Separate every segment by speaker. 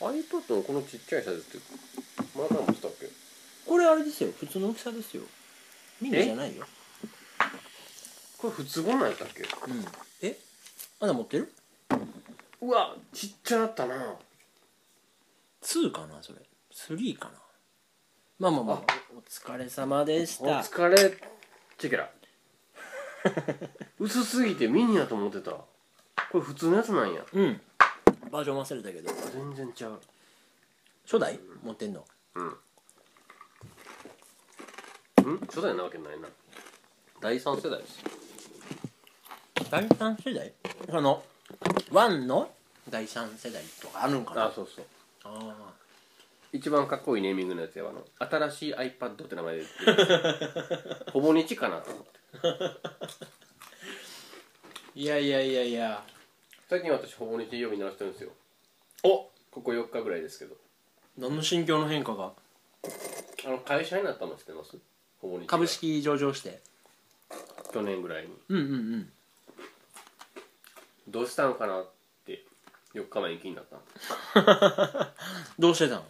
Speaker 1: iPad のこのちっちゃいサイズってまだ持ってたっけ
Speaker 2: これあれですよ普通の大きさですよミニじゃないよ
Speaker 1: これ普通こんなんやったっけ
Speaker 2: うんえまだ持ってる
Speaker 1: うわちっちゃなったな
Speaker 2: 2かなそれ3かなまあまあまあお疲れ様でし
Speaker 1: お
Speaker 2: た
Speaker 1: 疲れチェケラ 薄すぎてミニやと思ってたこれ普通のやつなんや
Speaker 2: うんバージョン忘れたけど
Speaker 1: 全然ちゃう
Speaker 2: 初代持ってんの
Speaker 1: うんん初代なわけないな第三世代です
Speaker 2: 第3世代その1の第3世代とかあるんかな
Speaker 1: あそうそう
Speaker 2: あ
Speaker 1: 一番かっこいいネーミングのやつやわあの新しい iPad って名前で言ってる ほぼ日かなと思って
Speaker 2: ーいやいやいやいや
Speaker 1: 最近私ほぼ日読み直してるんですよ
Speaker 2: お
Speaker 1: ここ4日ぐらいですけど
Speaker 2: 何の心境の変化が
Speaker 1: あの会社になったの知ってますほぼ日が
Speaker 2: 株式上場して
Speaker 1: 去年ぐらいに
Speaker 2: うんうんうん
Speaker 1: どうしたんかなって4日前に気になったの
Speaker 2: どうしてたの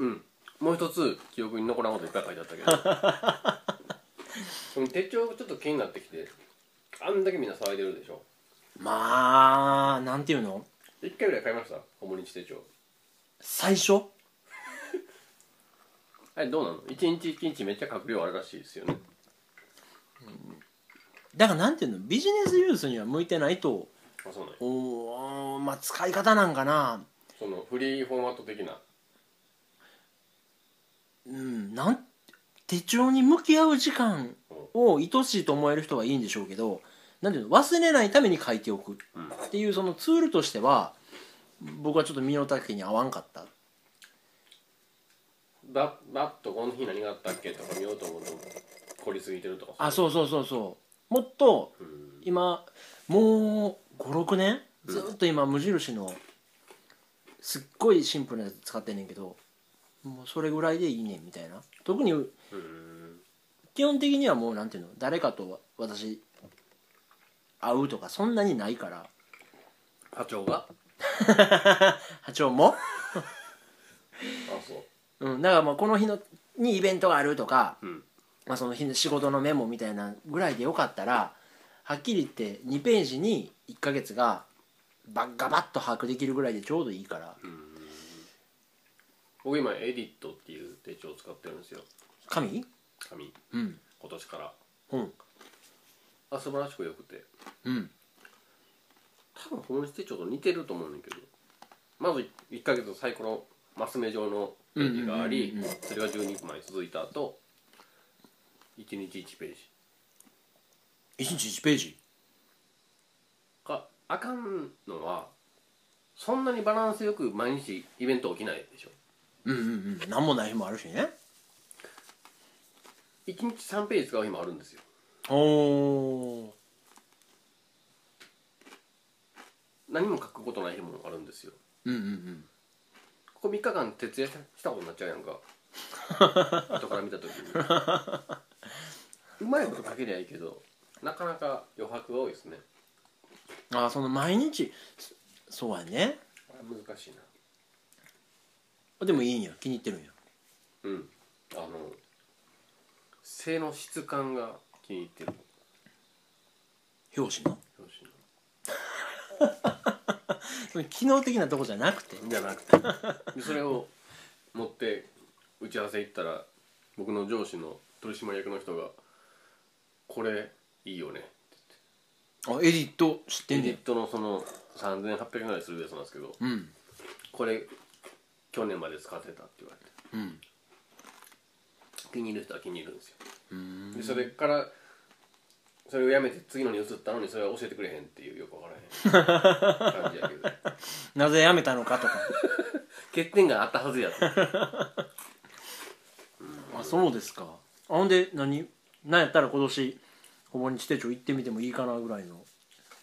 Speaker 1: うんもう一つ記憶に残らんこといっぱい書いてあ ったけどその手帳がちょっと気になってきてあんだけみんな騒いでるでしょ
Speaker 2: まあなんていうの
Speaker 1: 1回ぐらい買いましたほぼ日手帳
Speaker 2: 最初
Speaker 1: あれどうなの1日1日めっちゃ書く量あるらしいですよね
Speaker 2: だからなんていうのビジネスユースには向いてないと
Speaker 1: あそうなんや
Speaker 2: おーまあ使い方なんかな
Speaker 1: そのフリーフォーマット的な
Speaker 2: うんなん手帳に向き合う時間を愛しいと思える人はいいんでしょうけどなんていうの忘れないために書いておく
Speaker 1: うん
Speaker 2: っていうそのツールとしては僕はちょっと身の丈に合わんかった
Speaker 1: バッバッとこの日何があったっけとか見ようと思うと凝りすぎてるとか
Speaker 2: あそうそうそうそうもっと
Speaker 1: うん
Speaker 2: 今もう56年ずっと今無印のすっごいシンプルなやつ使ってんねんけどもうそれぐらいでいいねんみたいな特に
Speaker 1: うん
Speaker 2: 基本的にはもうなんていうの誰かと私会うとかそんなにないから
Speaker 1: 課長が
Speaker 2: 波長も、
Speaker 1: あそ
Speaker 2: うん、だからまあこの日のにイベントがあるとか、
Speaker 1: ううん
Speaker 2: まあ、その日の仕事のメモみたいなぐらいでよかったらはっきり言って2ページに1ヶ月がバッガバッと把握できるぐらいでちょうどいいから
Speaker 1: 僕今エディットっていう手帳を使ってるんですよ
Speaker 2: 紙
Speaker 1: 紙
Speaker 2: うん
Speaker 1: 今年から
Speaker 2: うん
Speaker 1: あ素晴らしくよくて
Speaker 2: うん
Speaker 1: 多分本質手帳と似てると思うねんだけどまず1ヶ月サイコロマス目状のページがあり
Speaker 2: うんうんうん
Speaker 1: それが12枚続いた後1日1ページ
Speaker 2: 1日1ページ
Speaker 1: があかんのはそんなにバランスよく毎日イベント起きないでしょ
Speaker 2: うんうんうん何もない日もあるしね
Speaker 1: 1日3ページ使う日もあるんですよ
Speaker 2: おー
Speaker 1: 何も書くことない日もあるんですよ
Speaker 2: うんうんうん
Speaker 1: ここ3日間徹夜したことになっちゃうやん か後から見た時にうまいこと書けりゃいいけどなかなか余白が多いですね
Speaker 2: ああその毎日そそうやね
Speaker 1: あれ難しいな
Speaker 2: でもいいんや気に入ってるんや
Speaker 1: うんあの性の質感が気に入ってる
Speaker 2: 表紙の
Speaker 1: 表紙の
Speaker 2: その機能的なとこじゃなくて
Speaker 1: じゃなくてでそれを持って打ち合わせ行ったら僕の上司の取締役の人が「これいいよね」って
Speaker 2: あエディット知ってん
Speaker 1: 言
Speaker 2: ね
Speaker 1: ってエディットのその3800円ぐらいするやつなんですけど
Speaker 2: うん
Speaker 1: これ去年まで使ってたって言われて
Speaker 2: うん
Speaker 1: 気に入る人は気に入るんですよ
Speaker 2: うん
Speaker 1: でそれからそれをやめて次のに移ったのにそれは教えてくれへんっていうよくわからへん感じやけど
Speaker 2: なぜ辞めたのかとか
Speaker 1: 欠点があったはずやと
Speaker 2: あそうですかあほんで何なんやったら今年ほぼ日手帳行ってみてもいいかなぐらいの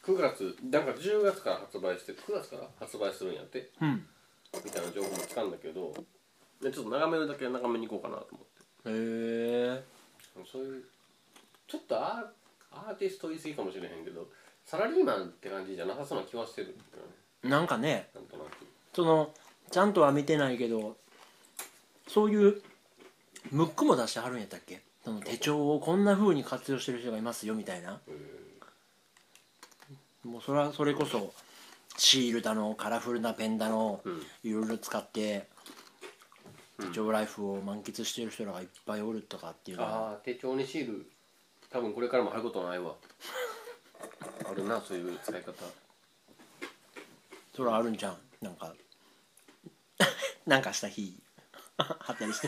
Speaker 1: 9月なんか10月から発売して9月から発売するんやって
Speaker 2: うん
Speaker 1: みたいな情報もつかんだけどでちょっと眺めるだけ眺めに行こうかなと思っ
Speaker 2: へえ
Speaker 1: てそういうちょっとアーアーティスト言い過ぎかもしれへんけどサラリーマンって感じじゃなさそうな気はしてるんだよね
Speaker 2: なんかね
Speaker 1: なんとなく
Speaker 2: そのちゃんとは見てないけどそういうムックも出してはるんやったっけその手帳をこんな風に活用してる人がいますよみたいなもうそれはそれこそシールだのカラフルなペンだの
Speaker 1: うん
Speaker 2: いろいろ使って手帳ライフを満喫してる人らがいっぱいおるとかっていうのは
Speaker 1: ああ手帳にシール多分これからも貼ることないわあるなそういう使い方
Speaker 2: それはあるんじゃんなんか なんかした日 貼ったりして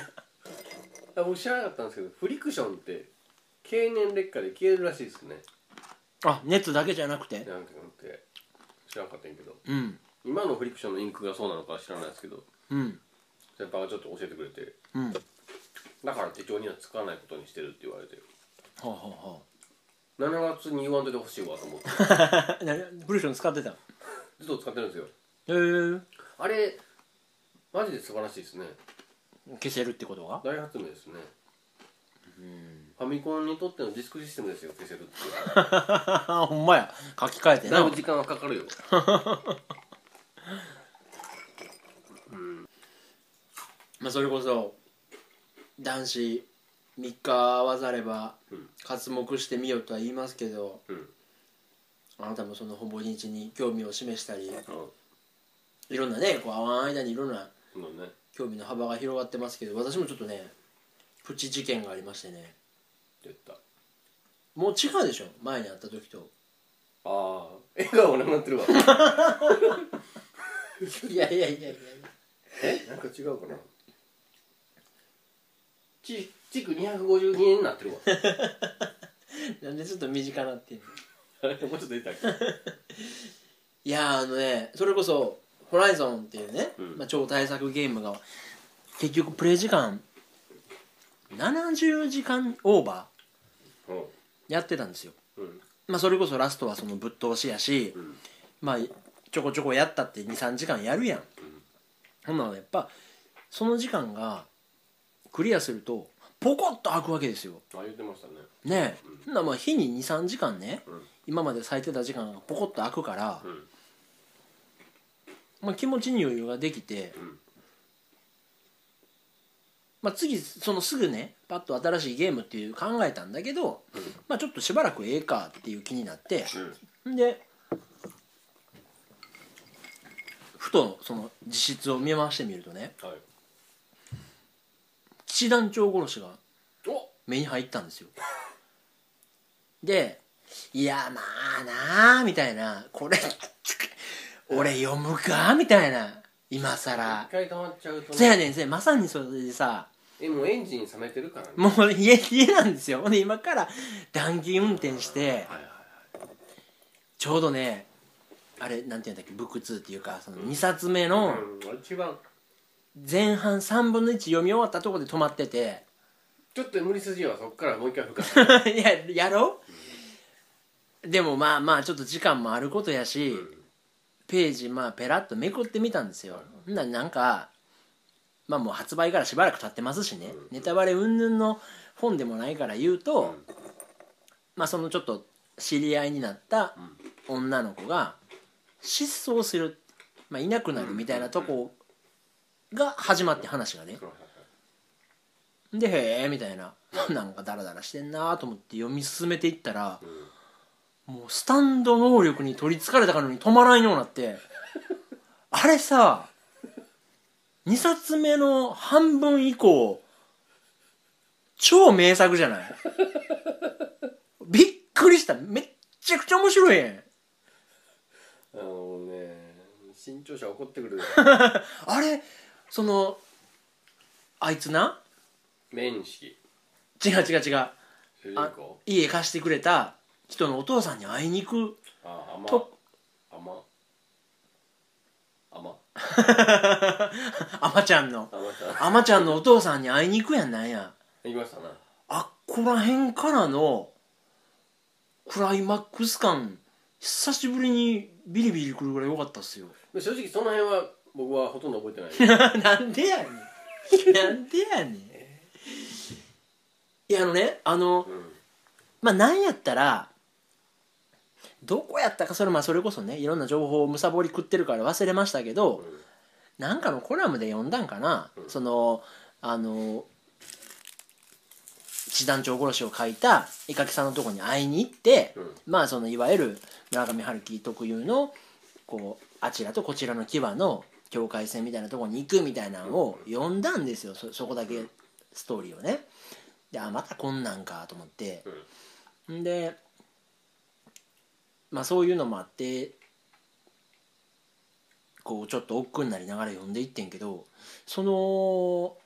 Speaker 1: あ僕知らなかったんですけどフリクションって経年劣化で消えるらしいですね
Speaker 2: あ熱だけじゃなくて
Speaker 1: なんかなんて知らなかったんやけど
Speaker 2: うん
Speaker 1: 今のフリクションのインクがそうなのかは知らないですけど
Speaker 2: うん
Speaker 1: 先輩がちょっと教えてくれて
Speaker 2: うんほ
Speaker 1: だから手帳には使わないことにしてるって言われて
Speaker 2: うほうほ
Speaker 1: 7月に言わんといてほしいわと思って
Speaker 2: うなブルション使ってたへ
Speaker 1: ずっと使ってるんですよ
Speaker 2: え
Speaker 1: あれマジで素晴らしいですね
Speaker 2: 消せるってことが
Speaker 1: 大発明ですね
Speaker 2: うん
Speaker 1: ファミコンにとってのディスクシステムですよ消せ るっていうのは
Speaker 2: あ ほんまや書き換えて
Speaker 1: だい
Speaker 2: な
Speaker 1: ぶ時間はかかるようん
Speaker 2: まあそれこそ男子三日会わざれば
Speaker 1: うん
Speaker 2: 活目してみよとは言いますけど
Speaker 1: うん
Speaker 2: あなたもそのほぼ日に興味を示したり
Speaker 1: あ
Speaker 2: いろんなねこう会わん間にいろんな
Speaker 1: そうだね
Speaker 2: 興味の幅が広がってますけど私もちょっとねプチ事件がありましてね
Speaker 1: 出たあ
Speaker 2: もう違うでしょ前に会った時 と
Speaker 1: あ笑顔なくなってるわ
Speaker 2: いやいやいやいや
Speaker 1: えなんか違うかなち築252円になってるわ
Speaker 2: なんでちょっと身近なっていうの
Speaker 1: あ れもうちょっと出たっけ
Speaker 2: いやーあのねそれこそ「ホライゾンっていうね、
Speaker 1: うん
Speaker 2: まあ、超大作ゲームが結局プレイ時間70時間オーバ
Speaker 1: うん
Speaker 2: ーやってたんですよ
Speaker 1: うん
Speaker 2: まあそれこそラストはそのぶっ通しやし、
Speaker 1: うん
Speaker 2: まあちょこちょこやったって23時間やるやんほんならやっぱその時間がクリアするとポコッと開くわけですよ
Speaker 1: あ言ってましたね
Speaker 2: ねえ、
Speaker 1: うん
Speaker 2: ほんならまあ日に23時間ね
Speaker 1: うん
Speaker 2: 今まで咲いてた時間がポコッと開くから
Speaker 1: う、ん
Speaker 2: まあ、気持ちに余裕ができて、
Speaker 1: うん
Speaker 2: まあ、次そのすぐねパッと新しいゲームっていう考えたんだけど、
Speaker 1: うん
Speaker 2: まあ、ちょっとしばらくええかっていう気になって
Speaker 1: うん
Speaker 2: んでふとその実質を見回してみるとね
Speaker 1: はい
Speaker 2: 騎士団長殺しが
Speaker 1: お
Speaker 2: 目に入ったんですよでいやまあなあみたいなこれ俺読むかみたいな今更
Speaker 1: 一回止まっちゃうと
Speaker 2: そやねんせまさにそれでさ
Speaker 1: えもうエンジン冷めてるからね
Speaker 2: もう家家なんですよほんで今から暖気運転して
Speaker 1: はいはいは
Speaker 2: ちょうどねあれなんていうんだっけブック2っていうかその
Speaker 1: うん
Speaker 2: 2冊目
Speaker 1: い
Speaker 2: の
Speaker 1: うん一番
Speaker 2: 前半3分の1読み終わったところで止まってて
Speaker 1: ちょっと無理筋はそっからもう一回深 く
Speaker 2: いややろうでもまあまあちょっと時間もあることやし、ページまあペラッとめくってみたんですよ、ほんならなんかまあもう発売からしばらく経ってますしね、
Speaker 1: うん
Speaker 2: ネタバレ云々の本でもないから言うと、まあそのちょっと知り合いになった女の子が失踪する、まあ、いなくなるみたいなとこが始まって話がねでへえみたいな なんかダラダラしてんなと思って読み進めていったらもうスタンド能力に取りつかれたかのように止まらんようになってあれさ2冊目の半分以降超名作じゃないびっくりしためっちゃくちゃ面白いやん
Speaker 1: あのね新潮社怒ってく るよ
Speaker 2: あれそのあいつな
Speaker 1: 面識
Speaker 2: 違う違う違う
Speaker 1: 主人公
Speaker 2: 家貸してくれた人のお父さんに会いに行く
Speaker 1: あ甘
Speaker 2: と
Speaker 1: 甘甘
Speaker 2: あまちゃんの
Speaker 1: 甘ちゃん
Speaker 2: あまちゃんのお父さんに会いに行くやんなんや
Speaker 1: 行きましたな
Speaker 2: あっこら辺からのクライマックス感久しぶりにビリビリくるぐらい良かったっすよ
Speaker 1: で正直その辺は僕はほとんど覚え てない
Speaker 2: なんでやねんなんでやねんいやあのねあの
Speaker 1: うん
Speaker 2: まあなんやったらどこやったかそれまあそれこそねいろんな情報をむさぼり食ってるから忘れましたけど、
Speaker 1: うん
Speaker 2: なんかのコラムで読んだんかな、
Speaker 1: うん
Speaker 2: そのあの師団長殺しを書いた絵描きさんのとこに会いに行って、
Speaker 1: うん
Speaker 2: まあそのいわゆる村上春樹特有のこうあちらとこちらの牙の境界線みたいなとこに行くみたいなのを読んだんですよそそこだけストーリーをね。であまたこんなんかと思って、ん、でまあそういうのもあってこうちょっと億劫になりながら読んでいってんけどその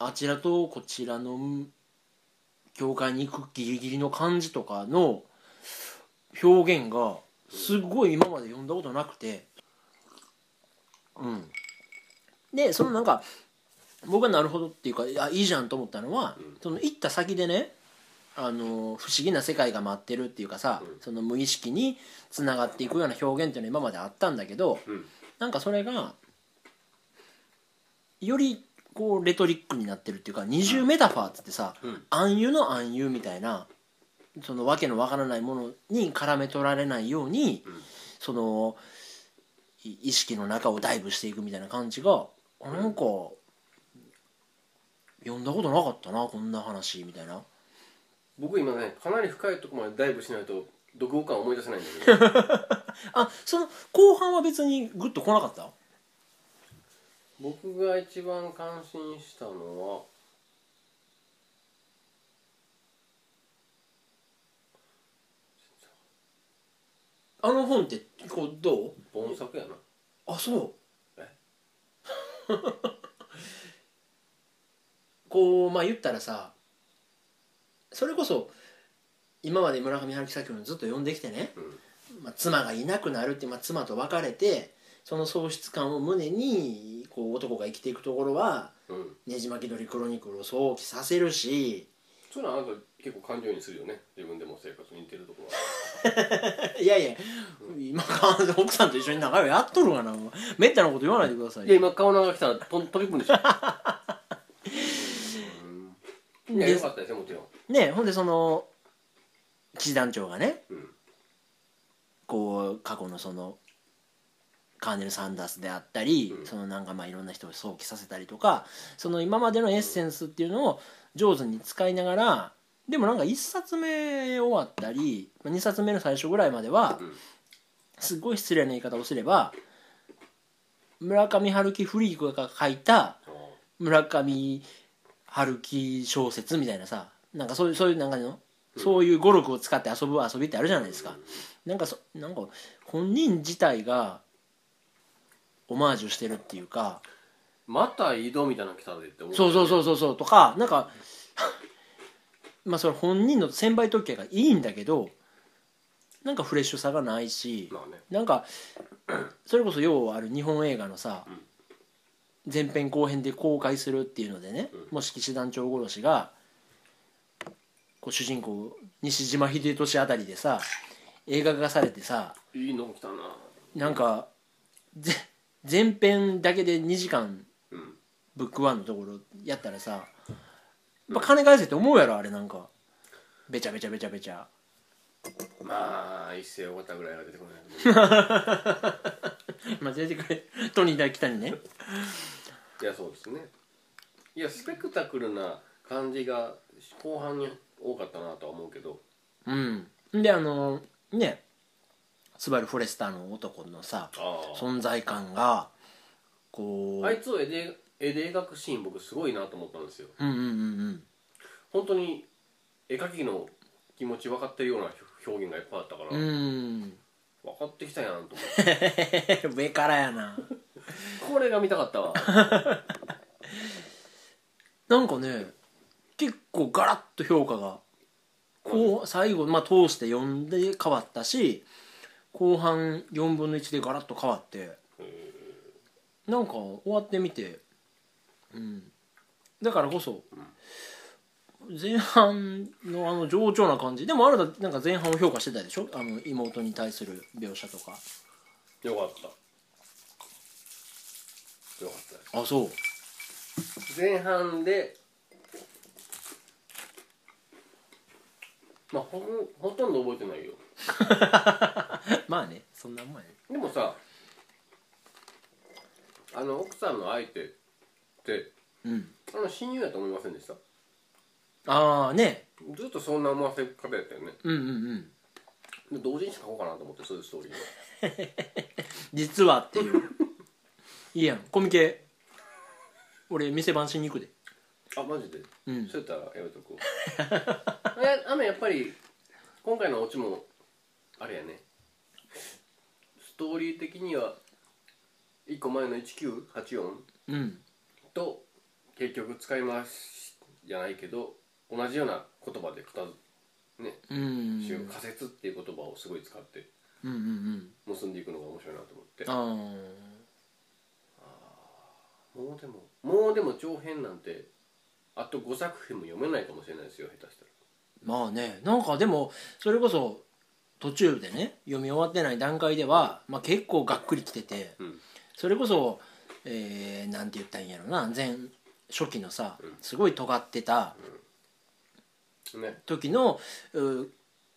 Speaker 2: あちらとこちらのん教会に行くギリギリの感じとかの表現がすごい今まで読んだことなくてうんでそのなんか僕はなるほどっていうかいやいいじゃんと思ったのは、
Speaker 1: うん
Speaker 2: その行った先でねあの不思議な世界が待ってるっていうかさ、
Speaker 1: うん
Speaker 2: その無意識につながっていくような表現っていうのは今まであったんだけど、
Speaker 1: うん
Speaker 2: なんかそれがよりこうレトリックになってるっていうか二重メタファーっつってさ、
Speaker 1: うん
Speaker 2: 暗喩の暗喩みたいなそのわけのわからないものに絡め取られないように、
Speaker 1: ん
Speaker 2: そのい意識の中をダイブしていくみたいな感じがあなんか読んだことなかったなこんな話みたいな
Speaker 1: 僕今ねかなり深いとこまでダイブしないと読後感思い出せないんだけ ど
Speaker 2: あその後半は別にグッと来なかった
Speaker 1: 僕が一番感心したのは
Speaker 2: あの本ってこうどう
Speaker 1: 盆作やな
Speaker 2: あそう
Speaker 1: え
Speaker 2: こうまあ言ったらさそれこそ今まで村上春樹作品をずっと読んできてね、まあ、妻がいなくなるって、まあ、妻と別れてその喪失感を胸にこう男が生きていくところは
Speaker 1: うん
Speaker 2: 「ねじ巻き鳥クロニクル」を想起させるし
Speaker 1: そういうのあなた結構感情にするよね自分でも生活に似てるところはい
Speaker 2: やいや今奥さんと一緒に仲良いやっとるがなめったなこと言わないでくださいよ
Speaker 1: いや今顔長くしたらとん飛び込む でしょうんいや
Speaker 2: で
Speaker 1: よかったですよもちろん
Speaker 2: ねほんでその岸団長がね、
Speaker 1: うん
Speaker 2: こう過去のそのカーネル・サンダースであったり、
Speaker 1: うん
Speaker 2: そのなんかまあいろんな人を想起させたりとかその今までのエッセンスっていうのを上手に使いながらでもなんか1冊目終わったり2冊目の最初ぐらいまでは
Speaker 1: うん
Speaker 2: すごい失礼な言い方をすれば村上春樹フリークが書いた
Speaker 1: ああ
Speaker 2: 村上春樹小説みたいなさなんかそういうそういうなんかの、
Speaker 1: うん
Speaker 2: そういう語録を使って遊ぶ遊びってあるじゃないですか、なんかそなんか本人自体がオマージュしてるっていうか
Speaker 1: また井戸みたいなの来たでって思
Speaker 2: そうそう
Speaker 1: う
Speaker 2: そうそうそうとかなんか まあそれ本人の先輩特権がいいんだけどなんかフレッシュさがないし、
Speaker 1: まあね
Speaker 2: なんかそれこそようある日本映画のさ、前編後編で公開するっていうのでね、
Speaker 1: う
Speaker 2: もし騎士団長殺しがこう主人公西島秀俊あたりでさ映画化されてさ
Speaker 1: いいの来たな
Speaker 2: なんかぜ前編だけで2時間
Speaker 1: うん
Speaker 2: ブックワンのところやったらさやっぱ金返せって思うやろあれなんかべちゃべちゃべちゃべちゃ
Speaker 1: まあ一世尾形ぐらいが出てこないと思
Speaker 2: まあ出てくれトニー大北にね
Speaker 1: ういやそうですねいやスペクタクルな感じが後半に多かったなとは思うけど
Speaker 2: うんであのねスバルフォレスターの男のさ
Speaker 1: ああ
Speaker 2: 存在感がこう、
Speaker 1: あいつを絵で絵で描くシーン僕すごいなと思ったんですよ
Speaker 2: うんうんうんうん
Speaker 1: 本当に絵描きの気持ち分かってるような表現がいっぱいあったから、
Speaker 2: うーん
Speaker 1: 分かってきたやんと思って
Speaker 2: 上からやな
Speaker 1: これが見たかっ たわ
Speaker 2: なんかね結構ガラッと評価がこう最後、まあ、通して読んで変わったし後半4分の1でガラッと変わってなんか終わってみてうんだからこそ前半のあの冗長な感じでもあなたなんか前半を評価してたでしょあの妹に対する描写とか
Speaker 1: よかったよかったで
Speaker 2: あ そう
Speaker 1: す前半でまあほほとんど覚えてないよ
Speaker 2: まあねそんなもんやね
Speaker 1: でもさあの奥さんの相手って
Speaker 2: うん
Speaker 1: あの親友やと思いませんでした
Speaker 2: ああね
Speaker 1: ずっとそんな思わせ方やったよね
Speaker 2: うんうんうん
Speaker 1: で同時に書こうかなと思ってそういうストーリーを
Speaker 2: 実はっていういいやんコミケ俺店番しに行くで
Speaker 1: あマジで、
Speaker 2: うん
Speaker 1: そうやったらやめとこう え雨やっぱり今回のオチもあれやねストーリー的には1個前の1984
Speaker 2: うん
Speaker 1: と結局使い回しじゃないけど同じような言葉で片づね、
Speaker 2: うんうん
Speaker 1: しゅ仮説っていう言葉をすごい使って
Speaker 2: うんうん
Speaker 1: 結んでいくのが面白いなと思って
Speaker 2: あ
Speaker 1: もうでももうでも長編なんてあと5作品も読めないかもしれないですよ下手したら
Speaker 2: ーまあねなんかでもそれこそ途中でね読み終わってない段階では、まあ、結構がっくりきてて
Speaker 1: うん
Speaker 2: それこそ、えー、なんて言ったらいいんやろな前初期のさ
Speaker 1: うん
Speaker 2: すごい尖ってた
Speaker 1: ね
Speaker 2: 時のう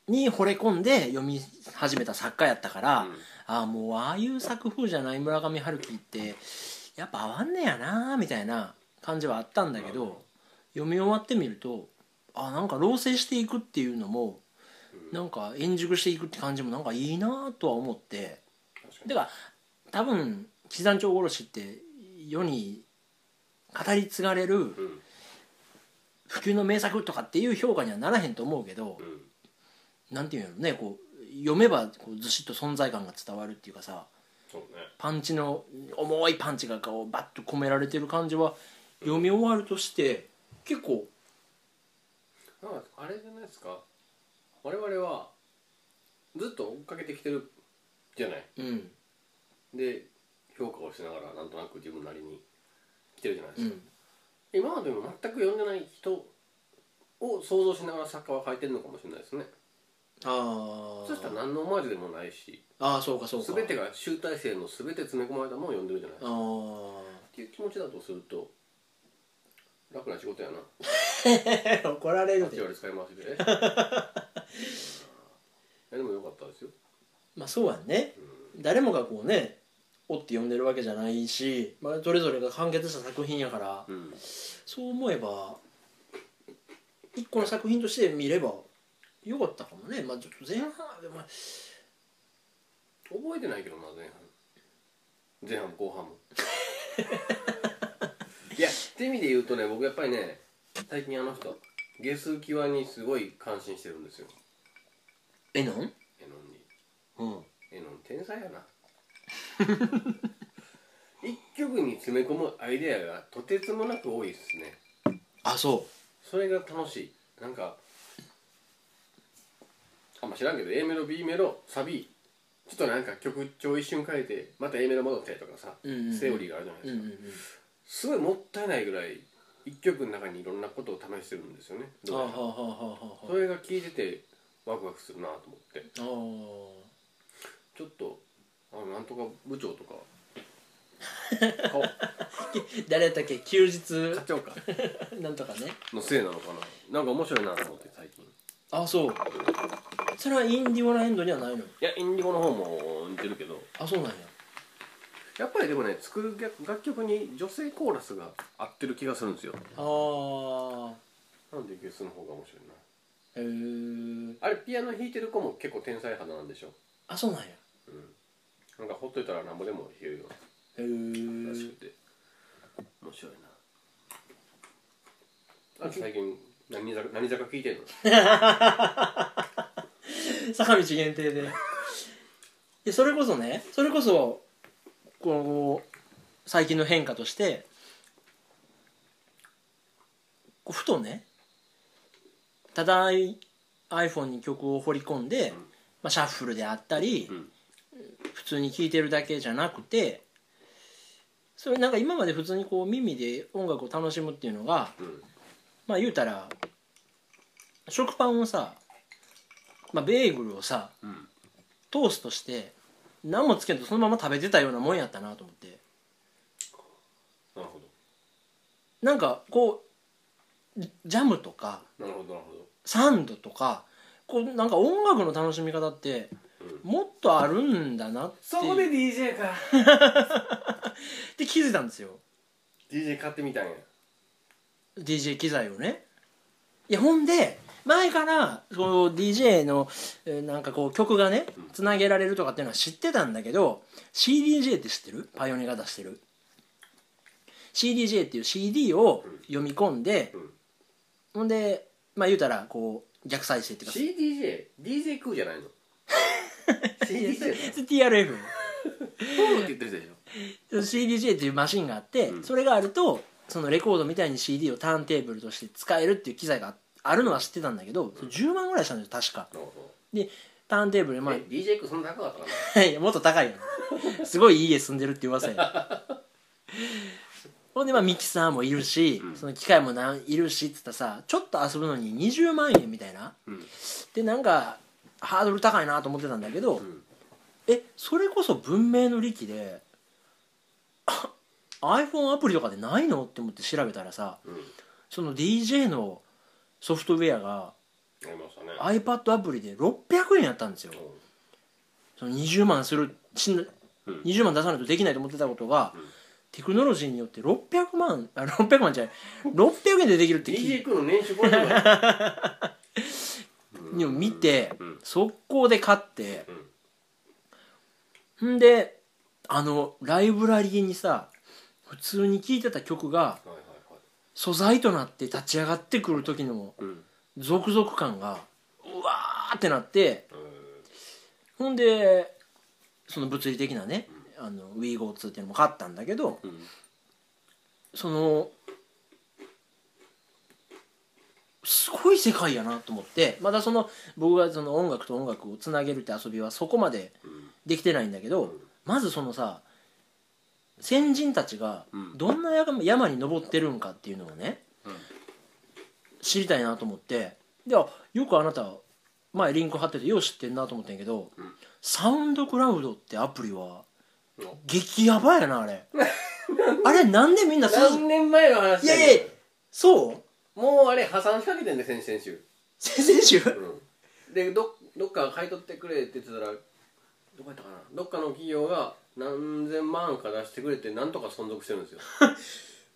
Speaker 2: に惚れ込んで読み始めた作家やったから、
Speaker 1: うん
Speaker 2: ああもうああいう作風じゃない村上春樹ってやっぱ合わんねやなみたいな感じはあったんだけど、
Speaker 1: うん
Speaker 2: 読み終わってみるとあなんか老成していくっていうのも、
Speaker 1: うん
Speaker 2: なんか円熟していくって感じもなんかいいなとは思って
Speaker 1: 確か
Speaker 2: だから多分「岸山町殺し」って世に語り継がれる
Speaker 1: にうん
Speaker 2: 普及の名作とかっていう評価にはならへんと思うけど、
Speaker 1: うん
Speaker 2: なんていうんやろねこう読めばこうずしっと存在感が伝わるっていうかさ、
Speaker 1: そうね
Speaker 2: パンチの重いパンチがこうバッと込められてる感じは読み終わるとして結構
Speaker 1: なんかあれじゃないですか我々はずっと追っかけてきてるじゃない
Speaker 2: うん
Speaker 1: で評価をしながらなんとなく自分なりに来てるじゃないで
Speaker 2: う
Speaker 1: すか、
Speaker 2: ん
Speaker 1: 今までも全く読んでない人を想像しながら作家は書いてるのかもしれないですね
Speaker 2: あ
Speaker 1: そしたら何のオマージュでもないし
Speaker 2: ああそうかそうか
Speaker 1: 全てが集大成の全て詰め込まれたものを読んでるじゃない
Speaker 2: ああ
Speaker 1: っていう気持ちだとすると楽な仕事やな
Speaker 2: 怒られる
Speaker 1: 8
Speaker 2: で
Speaker 1: 割使い回 しでいやでもよかったですよ
Speaker 2: まあそうやんね誰もがこうね追って読んでるわけじゃないし、まあ、それぞれが完結した作品やから
Speaker 1: うん
Speaker 2: そう思えば一個の作品として見ればよかったかもねまあちょっと前半はでも
Speaker 1: 覚えてないけどな前半前半も後半も いやって意味で言うとね僕やっぱりね最近あの人ゲス際にすごい感心してるんですよ
Speaker 2: えなん
Speaker 1: エノンに
Speaker 2: うん
Speaker 1: エノン天才やな 一曲に詰め込むアイデアがとてつもなく多いですね
Speaker 2: あそ
Speaker 1: それが楽しいなんかあんま知らんけど A メロ B メロサビちょっとなんか曲調一瞬変えてまた A メロ戻ってとかさ、
Speaker 2: うんうんうん
Speaker 1: セオリーがあるじゃないで
Speaker 2: うう
Speaker 1: す
Speaker 2: ん
Speaker 1: か、
Speaker 2: うんうん
Speaker 1: すごいもったいないぐらい一曲の中にいろんなことを試してるんですよね
Speaker 2: あはあはあはあ
Speaker 1: そ
Speaker 2: は
Speaker 1: れが聴いててワクワクするなと思って
Speaker 2: ああ
Speaker 1: ちょっとあのなんとか部長とか買おう
Speaker 2: あ誰だったっけ休日
Speaker 1: 買っちゃおうか
Speaker 2: なんとかね
Speaker 1: のせいなのかななんか面白いなと思って最近
Speaker 2: あそうそれはインディオラエンドにはないの
Speaker 1: いやインディゴの方も似てるけど
Speaker 2: あそうなんや
Speaker 1: やっぱりでもね作る楽楽曲に女性コーラスが合ってる気がするんですよ
Speaker 2: ああ
Speaker 1: なんでゲスの方が面白いな
Speaker 2: へえ
Speaker 1: あれピアノ弾いてる子も結構天才肌なんでしょ
Speaker 2: あそうなんやへ
Speaker 1: なんかほっといたらなんぼでも弾けるよ
Speaker 2: え
Speaker 1: うならしくて面白いなあ最近何坂何坂聴いてんの
Speaker 2: 坂道限定でいやそれこそねそれこそこう最近の変化としてこうふとねただ iPhone に曲を掘り込んで、
Speaker 1: うん
Speaker 2: まあ、シャッフルであったり、
Speaker 1: うん
Speaker 2: 普通に聴いてるだけじゃなくてそれなんか今まで普通にこう耳で音楽を楽しむっていうのが
Speaker 1: うん
Speaker 2: まあ言うたら食パンをさ、まあ、ベーグルをさ
Speaker 1: うん
Speaker 2: トーストして何もつけんとそのまま食べてたようなもんやったなと思って
Speaker 1: なるほど
Speaker 2: なんかこうジジャムとか
Speaker 1: なるほどなるほ
Speaker 2: サンドとかこうなんか音楽の楽しみ方って
Speaker 1: どうん
Speaker 2: もっとあるんだなって
Speaker 3: そこで DJ か
Speaker 2: で気づいたんですよ
Speaker 1: DJ 買ってみたんや
Speaker 2: DJ 機材をねいやほんで前からこう DJ のえーなんかこう曲がねつなげられるとかっていうのは知ってたんだけど CDJ って知ってるパイオニアが出してる CDJ っていう CD を読み込んで
Speaker 1: うん
Speaker 2: ほんでまあ言うたらこう逆再生っていうか
Speaker 1: CDJ?DJ 食うじゃない の CDJ だよ
Speaker 2: TRF
Speaker 1: そうって言ってるでしょ
Speaker 2: CDJ っていうマシンがあって、
Speaker 1: うん
Speaker 2: それがあるとそのレコードみたいに CD をターンテーブルとして使えるっていう機材があるのは知ってたんだけど、それ10万ぐらいしたんですよ確か
Speaker 1: なるほ
Speaker 2: ターンテーブルで
Speaker 1: ど
Speaker 2: まあ
Speaker 1: え DJ 食うそんな高かったかない
Speaker 2: やもっと高いよすごいいい家住んでるって噂や ほんでまあミキサーもいるし、
Speaker 1: うん
Speaker 2: その機械もなんいるしっつったらさちょっと遊ぶのに20万円みたいな
Speaker 1: うん
Speaker 2: でなんかハードル高いなと思ってたんだけど、
Speaker 1: ん
Speaker 2: えそれこそ文明の利器であ iPhone アプリとかでないのって思って調べたらさ
Speaker 1: うん
Speaker 2: その DJ のソフトウェアが
Speaker 1: ありましたね
Speaker 2: iPad アプリで600円やったんですよその20万するしん
Speaker 1: うん
Speaker 2: 20万出さないとできないと思ってたことが、
Speaker 1: うん
Speaker 2: テクノロジーによって600万あ600万じゃない600円でできるって聞
Speaker 1: DJ
Speaker 2: い
Speaker 1: 食うの年収50万円
Speaker 2: でも見て、
Speaker 1: うん
Speaker 2: 速攻で買って
Speaker 1: うん
Speaker 2: んであのライブラリーにさ普通に聴いてた曲が
Speaker 1: はいはいはい
Speaker 2: 素材となって立ち上がってくる時の
Speaker 1: うん
Speaker 2: 続々感がうわーってなって
Speaker 1: え
Speaker 2: ほんでその物理的なね、あの WeGo2 っていうのも買ったんだけど、
Speaker 1: ーうん
Speaker 2: そのすごい世界やなと思ってまだその僕がその音楽と音楽をつなげるって遊びはそこまで
Speaker 1: うん
Speaker 2: できてないんだけどまずそのさ先人たちが
Speaker 1: うん
Speaker 2: どんな山山に登ってるんかっていうのをね
Speaker 1: うん
Speaker 2: 知りたいなと思ってであよくあなた前リンク貼っててよう知ってんなと思ってんけど
Speaker 1: うん
Speaker 2: サウンドクラウドってアプリは
Speaker 1: うん
Speaker 2: 激ヤバや なあれあれなんでみんなそう
Speaker 1: 何年前の話
Speaker 2: いやいやそう
Speaker 1: もうあれ破産しかけてんね先々週
Speaker 2: 先々週
Speaker 1: うんでどどっか買い取ってくれって言ってたらどこやったかなどっかの企業が何千万か出してくれてなんとか存続してるんですよ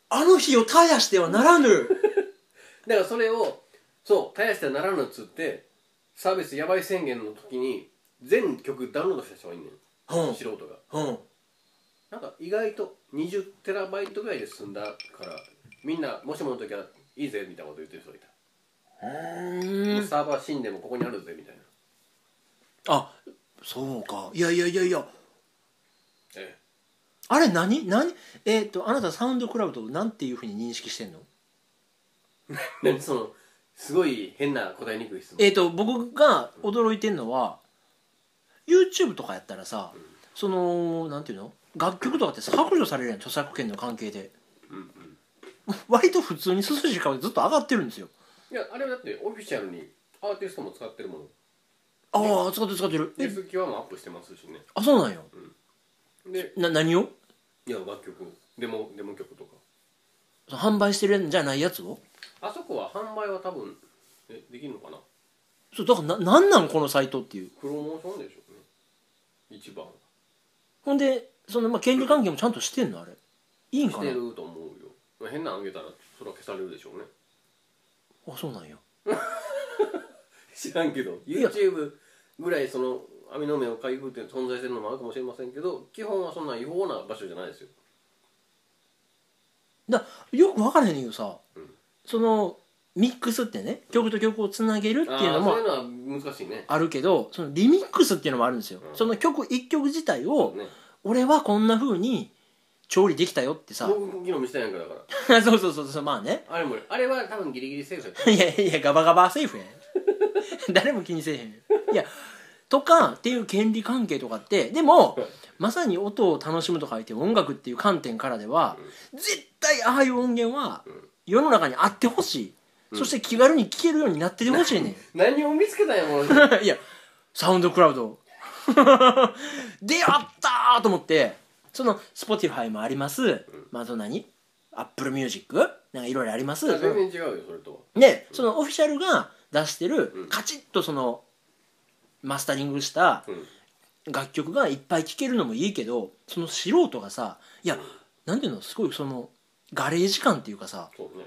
Speaker 2: あの日を絶やしてはなら ぬ
Speaker 1: だからそれをそう絶やしてはならぬっつってサービスやばい宣言の時に全曲ダウンロードした人がいんねん
Speaker 2: うん
Speaker 1: 素人が
Speaker 2: うん
Speaker 1: なんか意外と20テラバイトぐらいで済んだからみんなもしもの時はいいぜみたいなこと言ってる人がいた、もうサーバー死んでもここにあるぜみたいな
Speaker 2: あそうかいやいやいやいや
Speaker 1: え
Speaker 2: あれ何何えっ、とあなたサウンドクラウドをなんていうふうに認識してんの
Speaker 1: え何そのすごい変な答えにくい質問
Speaker 2: えっ、と僕が驚いてんのは YouTube とかやったらさそのなんていうの楽曲とかってさ削除されるやん著作権の関係で
Speaker 1: うんうん
Speaker 2: 割と普通に涼しい顔でずっと上がってるんですよ
Speaker 1: いやあれはだってオフィシャルにアーティストも使ってるもの
Speaker 2: ああ使ってる使ってる
Speaker 1: で
Speaker 2: え
Speaker 1: 好きはもうアップしてますしね
Speaker 2: あそうなんよ
Speaker 1: で
Speaker 2: な何を
Speaker 1: いや楽曲デモデモ曲とか
Speaker 2: その販売してるんじゃないやつを
Speaker 1: あそこは販売は多分えできるのかな
Speaker 2: そうだからななんなんこのサイトっていう
Speaker 1: プロモーションでしょうね一番
Speaker 2: ほんでそのまあ権利関係もちゃんとしてんのあれいいん
Speaker 1: し
Speaker 2: か
Speaker 1: て
Speaker 2: な
Speaker 1: ると思うよまあ変なのあげたらそれは消されるでしょうね
Speaker 2: あそうなんや
Speaker 1: 知らんけど
Speaker 2: や
Speaker 1: YouTube ぐらいその網の目をかいくぐって存在してるのもあるかもしれませんけど基本はそんな違法な場所じゃないですよ
Speaker 2: だよく分からへんねんけどさ、
Speaker 1: ん
Speaker 2: そのミックスってね曲と曲をつなげるって
Speaker 1: あ
Speaker 2: いうの
Speaker 1: あー
Speaker 2: も
Speaker 1: そういうのは難しいね
Speaker 2: あるけどそのリミックスっていうのもあるんですよ、
Speaker 1: うん
Speaker 2: その曲一曲自体を
Speaker 1: ね
Speaker 2: 俺はこんな風に調理できたよってさ
Speaker 1: 僕昨日見せたやんかだから
Speaker 2: そうそうそうそうまあね
Speaker 1: あれもあれは多分ギリギリセーフやった
Speaker 2: いやいやガバガバセーフやん 誰も気にせえへんいやとかっていう権利関係とかってでもまさに音を楽しむと書いて音楽っていう観点からでは、絶対ああいう音源は世の中にあってほしい、そして気軽に聴けるようになっててほしいね、
Speaker 1: 何を見つけたんや もの
Speaker 2: ん、いやサウンドクラウド でやったーと思ってその Spotify もあります、まあその何 Apple Music なんかいろいろあります
Speaker 1: 全然違うよそれとは
Speaker 2: でそのオフィシャルが出してるカチッとそのマスタリングした
Speaker 1: うん
Speaker 2: 楽曲がいっぱい聴けるのもいいけどその素人がさいやなんていうのすごいそのガレージ感っていうかさ
Speaker 1: そうね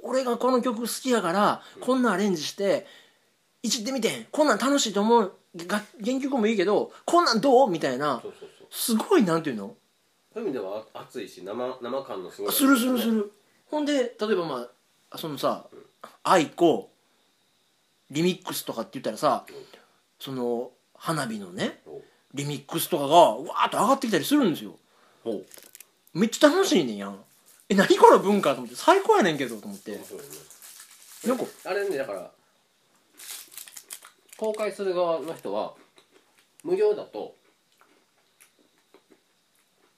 Speaker 2: 俺がこの曲好きやからこんなアレンジしていじってみてんこんなん楽しいと思うが原曲もいいけどこんなんどうみたいな
Speaker 1: そうそうそう
Speaker 2: すごいなんていうの
Speaker 1: そういう意味ではあ熱いし生生感のすごい
Speaker 2: するするす
Speaker 1: ね
Speaker 2: るほんで例えばまあそのさ愛子リミックスとかって言ったらさその花火のね
Speaker 1: ほう
Speaker 2: リミックスとかがわーっと上がってきたりするんですよ
Speaker 1: ほう
Speaker 2: めっちゃ楽しいねんやんえ何この文化と思って最高やねんけどと思って
Speaker 1: 面白いね
Speaker 2: なんか
Speaker 1: あれねだから公開する側の人は無料だと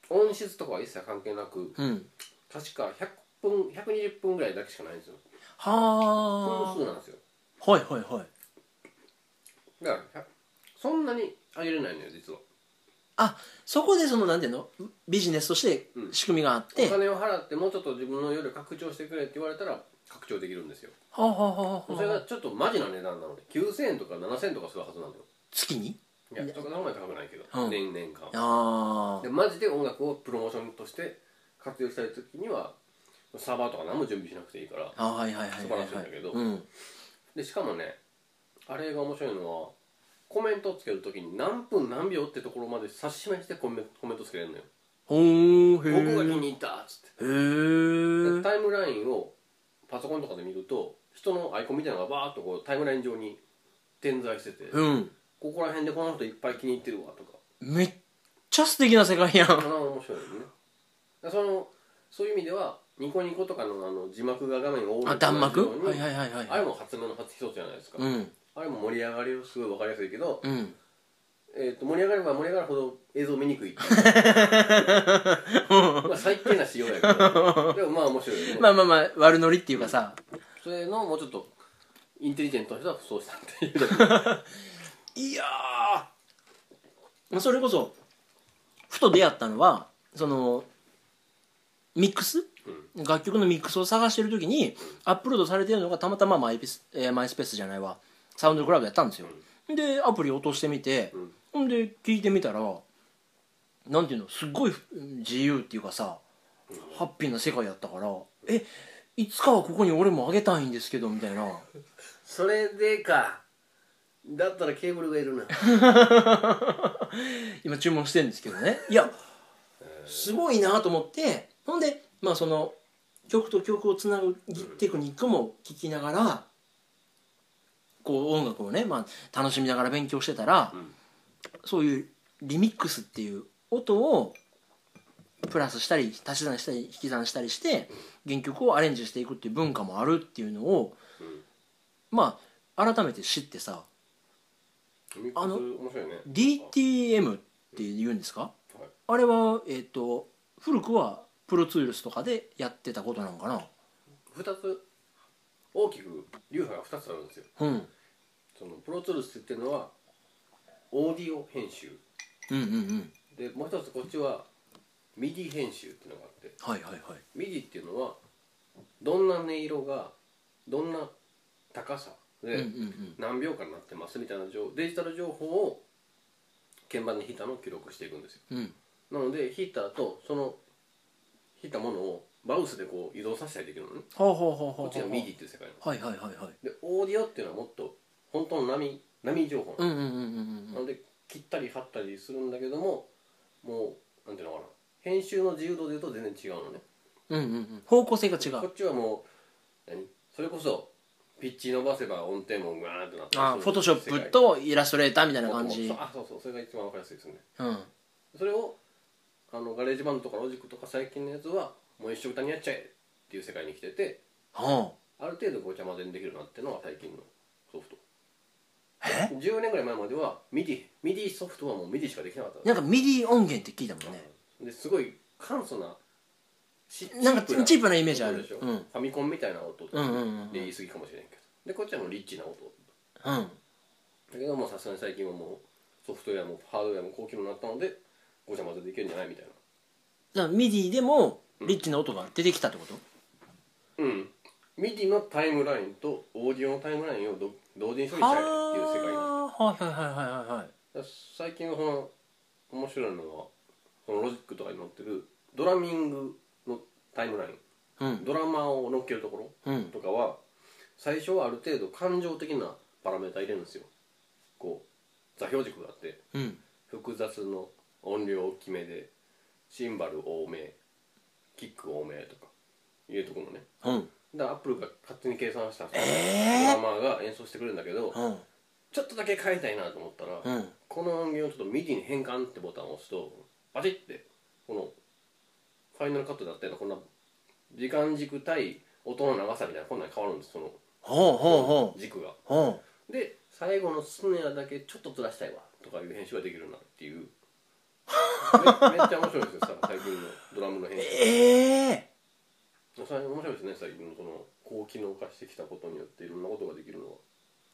Speaker 1: 音質とかは一切関係なく
Speaker 2: うん
Speaker 1: 確か100分120分ぐらいだけしかないんですよ
Speaker 2: は
Speaker 1: 分数なんですよ
Speaker 2: あはいはいはい
Speaker 1: だから100そんなに上げれないのよ実は
Speaker 2: あそこでそのなんていうのビジネスとして
Speaker 1: うん
Speaker 2: 仕組みがあっ
Speaker 1: お
Speaker 2: て、は
Speaker 1: 金を払ってもうちょっと自分の夜拡張してくれって言われたら拡張できるんですよ
Speaker 2: あはあはあはあ
Speaker 1: それがちょっとマジな値段なので9000円とか7000円とかするはずなのよ
Speaker 2: 月に
Speaker 1: いやそこの方が高くないけど、
Speaker 2: うん
Speaker 1: 年々間
Speaker 2: あ
Speaker 1: でマジで音楽をプロモーションとして活用したい時にはサーバーとか何も準備しなくていいから
Speaker 2: ああはいはいはいはい
Speaker 1: 素晴らしいんだけど
Speaker 2: うん、
Speaker 1: でしかもねあれが面白いのはコメントをつける時に何分何秒ってところまで指し示してコメコメントつけれるのよ
Speaker 2: ほー
Speaker 1: 僕が気
Speaker 2: へ
Speaker 1: に入ったっつって
Speaker 2: え
Speaker 1: で
Speaker 2: へえ
Speaker 1: タイムラインをパソコンとかで見ると人のアイコンみたいなのがバーッとこうタイムライン上に点在しててこ
Speaker 2: うん
Speaker 1: こら辺でこの人いっぱい気に入ってるわとか
Speaker 2: めっちゃ素敵な世界や
Speaker 1: あ
Speaker 2: ん
Speaker 1: の面白いよねだからそのそういう意味ではニコニコとかのあの字幕が画面を覆
Speaker 2: あ
Speaker 1: って
Speaker 2: 弾幕
Speaker 1: 同じよう
Speaker 2: は
Speaker 1: に
Speaker 2: いはいはいはい
Speaker 1: あれも発明の初一つじゃないですか、
Speaker 2: うん
Speaker 1: あれも盛り上がりをすごい分かりやすいけど、
Speaker 2: うん
Speaker 1: えー、と盛り上がれば盛り上がるほど映像見にくいって いうまあ最低な仕様やけどでもまあ面白いよね、
Speaker 2: まあまあまあ悪ノリっていうかさ、
Speaker 1: それのもうちょっとインテリジェントな人はそうしたっていうだけ あ
Speaker 2: いやーそれこそふと出会ったのはそのミックス、楽曲のミックスを探してる時にアップロードされてるのがたまたまマイピス、えーマイスペースじゃないわサウンドクラウドやったんですよ、でアプリ落としてみて、ほんで聞いてみたらなんていうのすっごい自由っていうかさ、ハッピーな世界やったからえいつかはここに俺もあげたいんですけどみたいな
Speaker 1: それでかだったらケーブルがいるな
Speaker 2: 今注文してるんですけどねいやすごいなと思ってほんでまあその曲と曲をつなぐテクニックも聞きながらこう音楽をね、まあ、楽しみながら勉強してたら、
Speaker 1: ん
Speaker 2: そういうリミックスっていう音をプラスしたり足し算したり引き算したりして原曲をアレンジしていくっていう文化もあるっていうのを、
Speaker 1: うん
Speaker 2: まあ改めて知ってさあの
Speaker 1: 面白いね
Speaker 2: DTM って言うんですか、
Speaker 1: はい
Speaker 2: あれは、えっと古くはプロツールスとかでやってたことなのかな
Speaker 1: 二つ大きく流派が2つあるんですよ
Speaker 2: うん
Speaker 1: そのプロツールスっていうのはオーディオ編集
Speaker 2: うんうんうん
Speaker 1: でもう一つこっちはミディ編集っていうのがあって
Speaker 2: はいはいはい
Speaker 1: ミディっていうのはどんな音色がどんな高さ
Speaker 2: うんう
Speaker 1: で
Speaker 2: ん
Speaker 1: 何秒間なってますみたいな情デジタル情報を鍵盤で弾いたのを記録していくんですよ
Speaker 2: うんうん
Speaker 1: なので弾いた後その弾いたものをマウスでこう移動させたりできるのね
Speaker 2: はあはあはあはあ
Speaker 1: こ
Speaker 2: は
Speaker 1: っちがミディっていう世界なの
Speaker 2: あはいはいはいはい
Speaker 1: でオーディオっていうのはもっと本当の波波情報な
Speaker 2: う
Speaker 1: の
Speaker 2: んうんうんうん
Speaker 1: なので切ったり貼ったりするんだけどももうなんていうのかな編集の自由度で言うと全然違うのね
Speaker 2: うんうんうん方向性が違
Speaker 1: こ
Speaker 2: う
Speaker 1: っちはもう何それこそピッチ伸ばせば音程もガーンってなって
Speaker 2: あフォトショップ
Speaker 1: み
Speaker 2: とイラストレーターみたいな感じ
Speaker 1: あそうそうそれが一番わかりやすいですよね
Speaker 2: うん
Speaker 1: それをあのガレージバンドとかロジックとか最近のやつはもう一緒歌にやっちゃえっていう世界に来てて
Speaker 2: は
Speaker 1: ある程度ごちゃ混ぜにできるなってのが最近のソフト
Speaker 2: あえ
Speaker 1: 10年ぐらい前まではミディミディソフトはもうミディしかできなかった
Speaker 2: なんかミディ音源って聞いたもんね
Speaker 1: ですごい簡素なし
Speaker 2: なんかチープなイメージあ
Speaker 1: 音
Speaker 2: る
Speaker 1: でしょ
Speaker 2: うん
Speaker 1: ファミコンみたいな音と
Speaker 2: う
Speaker 1: か
Speaker 2: んう
Speaker 1: で
Speaker 2: んうんうん
Speaker 1: 言い過ぎかもしれんけどでこっちはもうリッチな音
Speaker 2: うん
Speaker 1: だけどもうさすがに最近はもうソフトウェアもハードウェアも高機能になったのでごちゃ混ぜでいけるんじゃないみたい
Speaker 2: だからミディでもリッチな音が出てきたってこと
Speaker 1: なうんミディのタイムラインとオーディオのタイムラインをど同時に処理しちゃえっていう世界
Speaker 2: はあはいはいはいはいはい
Speaker 1: だ最近のその面白いのはそのロジックとかに載ってるドラミングのタイムライン
Speaker 2: うん
Speaker 1: ドラマを乗っけるとこ
Speaker 2: う
Speaker 1: ろ
Speaker 2: ん
Speaker 1: とかは最初はある程度感情的なパラメータ入れるんですよこう座標軸があって
Speaker 2: うん
Speaker 1: 複雑の音量大きめでシンバル多めキック多めとかいうところね
Speaker 2: うん
Speaker 1: だからアップルが勝手に計算したんですよ
Speaker 2: え
Speaker 1: ドラマーが演奏してくれるんだけど
Speaker 2: うん
Speaker 1: ちょっとだけ変えたいなと思ったら、
Speaker 2: うん
Speaker 1: この音源をちょっとミディに変換ってボタンを押すとバチッてこのファイナルカットだったようなこんな時間軸対音の長さみたいなこんなに変わるんですその
Speaker 2: ほうほうほ
Speaker 1: 軸が
Speaker 2: うほ
Speaker 1: で最後のスネアだけちょっとずらしたいわとかいう編集ができるなっていうめ めっちゃ面白いですよさ最近のドラムの編
Speaker 2: う
Speaker 1: 集
Speaker 2: ええ
Speaker 1: それ面白いですね最近のその高機能化してきたことによっていろんなことができるのは、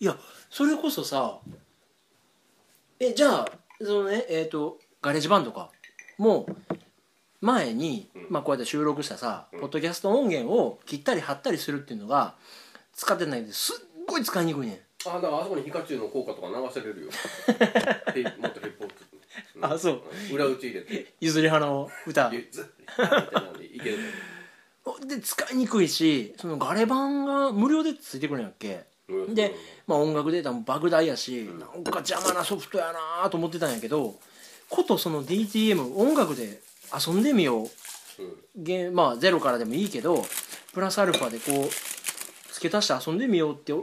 Speaker 2: いやそれこそさえじゃあそのねえっ、とガレージバンドかもう前に、
Speaker 1: うん
Speaker 2: まあ、こうやって収録したさ、
Speaker 1: うん
Speaker 2: ポッドキャスト音源を切ったり貼ったりするっていうのが使ってないんですっごい使いにくいねん
Speaker 1: あだからあそこにヒカチュウの効果とか流せ れるよヘイもっとヒップホップ、ん
Speaker 2: あそう
Speaker 1: 裏打ち入れて
Speaker 2: 譲り派の歌
Speaker 1: ゆずみたいなんでいける
Speaker 2: で使いにくいしそのガレ版が無料でついてくるんやっけ
Speaker 1: の
Speaker 2: で、まあ、音楽データも莫大やし、
Speaker 1: ん
Speaker 2: なんか邪魔なソフトやなと思ってたんやけどことその DTM 音楽で遊んでみよう
Speaker 1: うん
Speaker 2: ゲーまあゼロからでもいいけどプラスアルファでこう付け足して遊んでみようって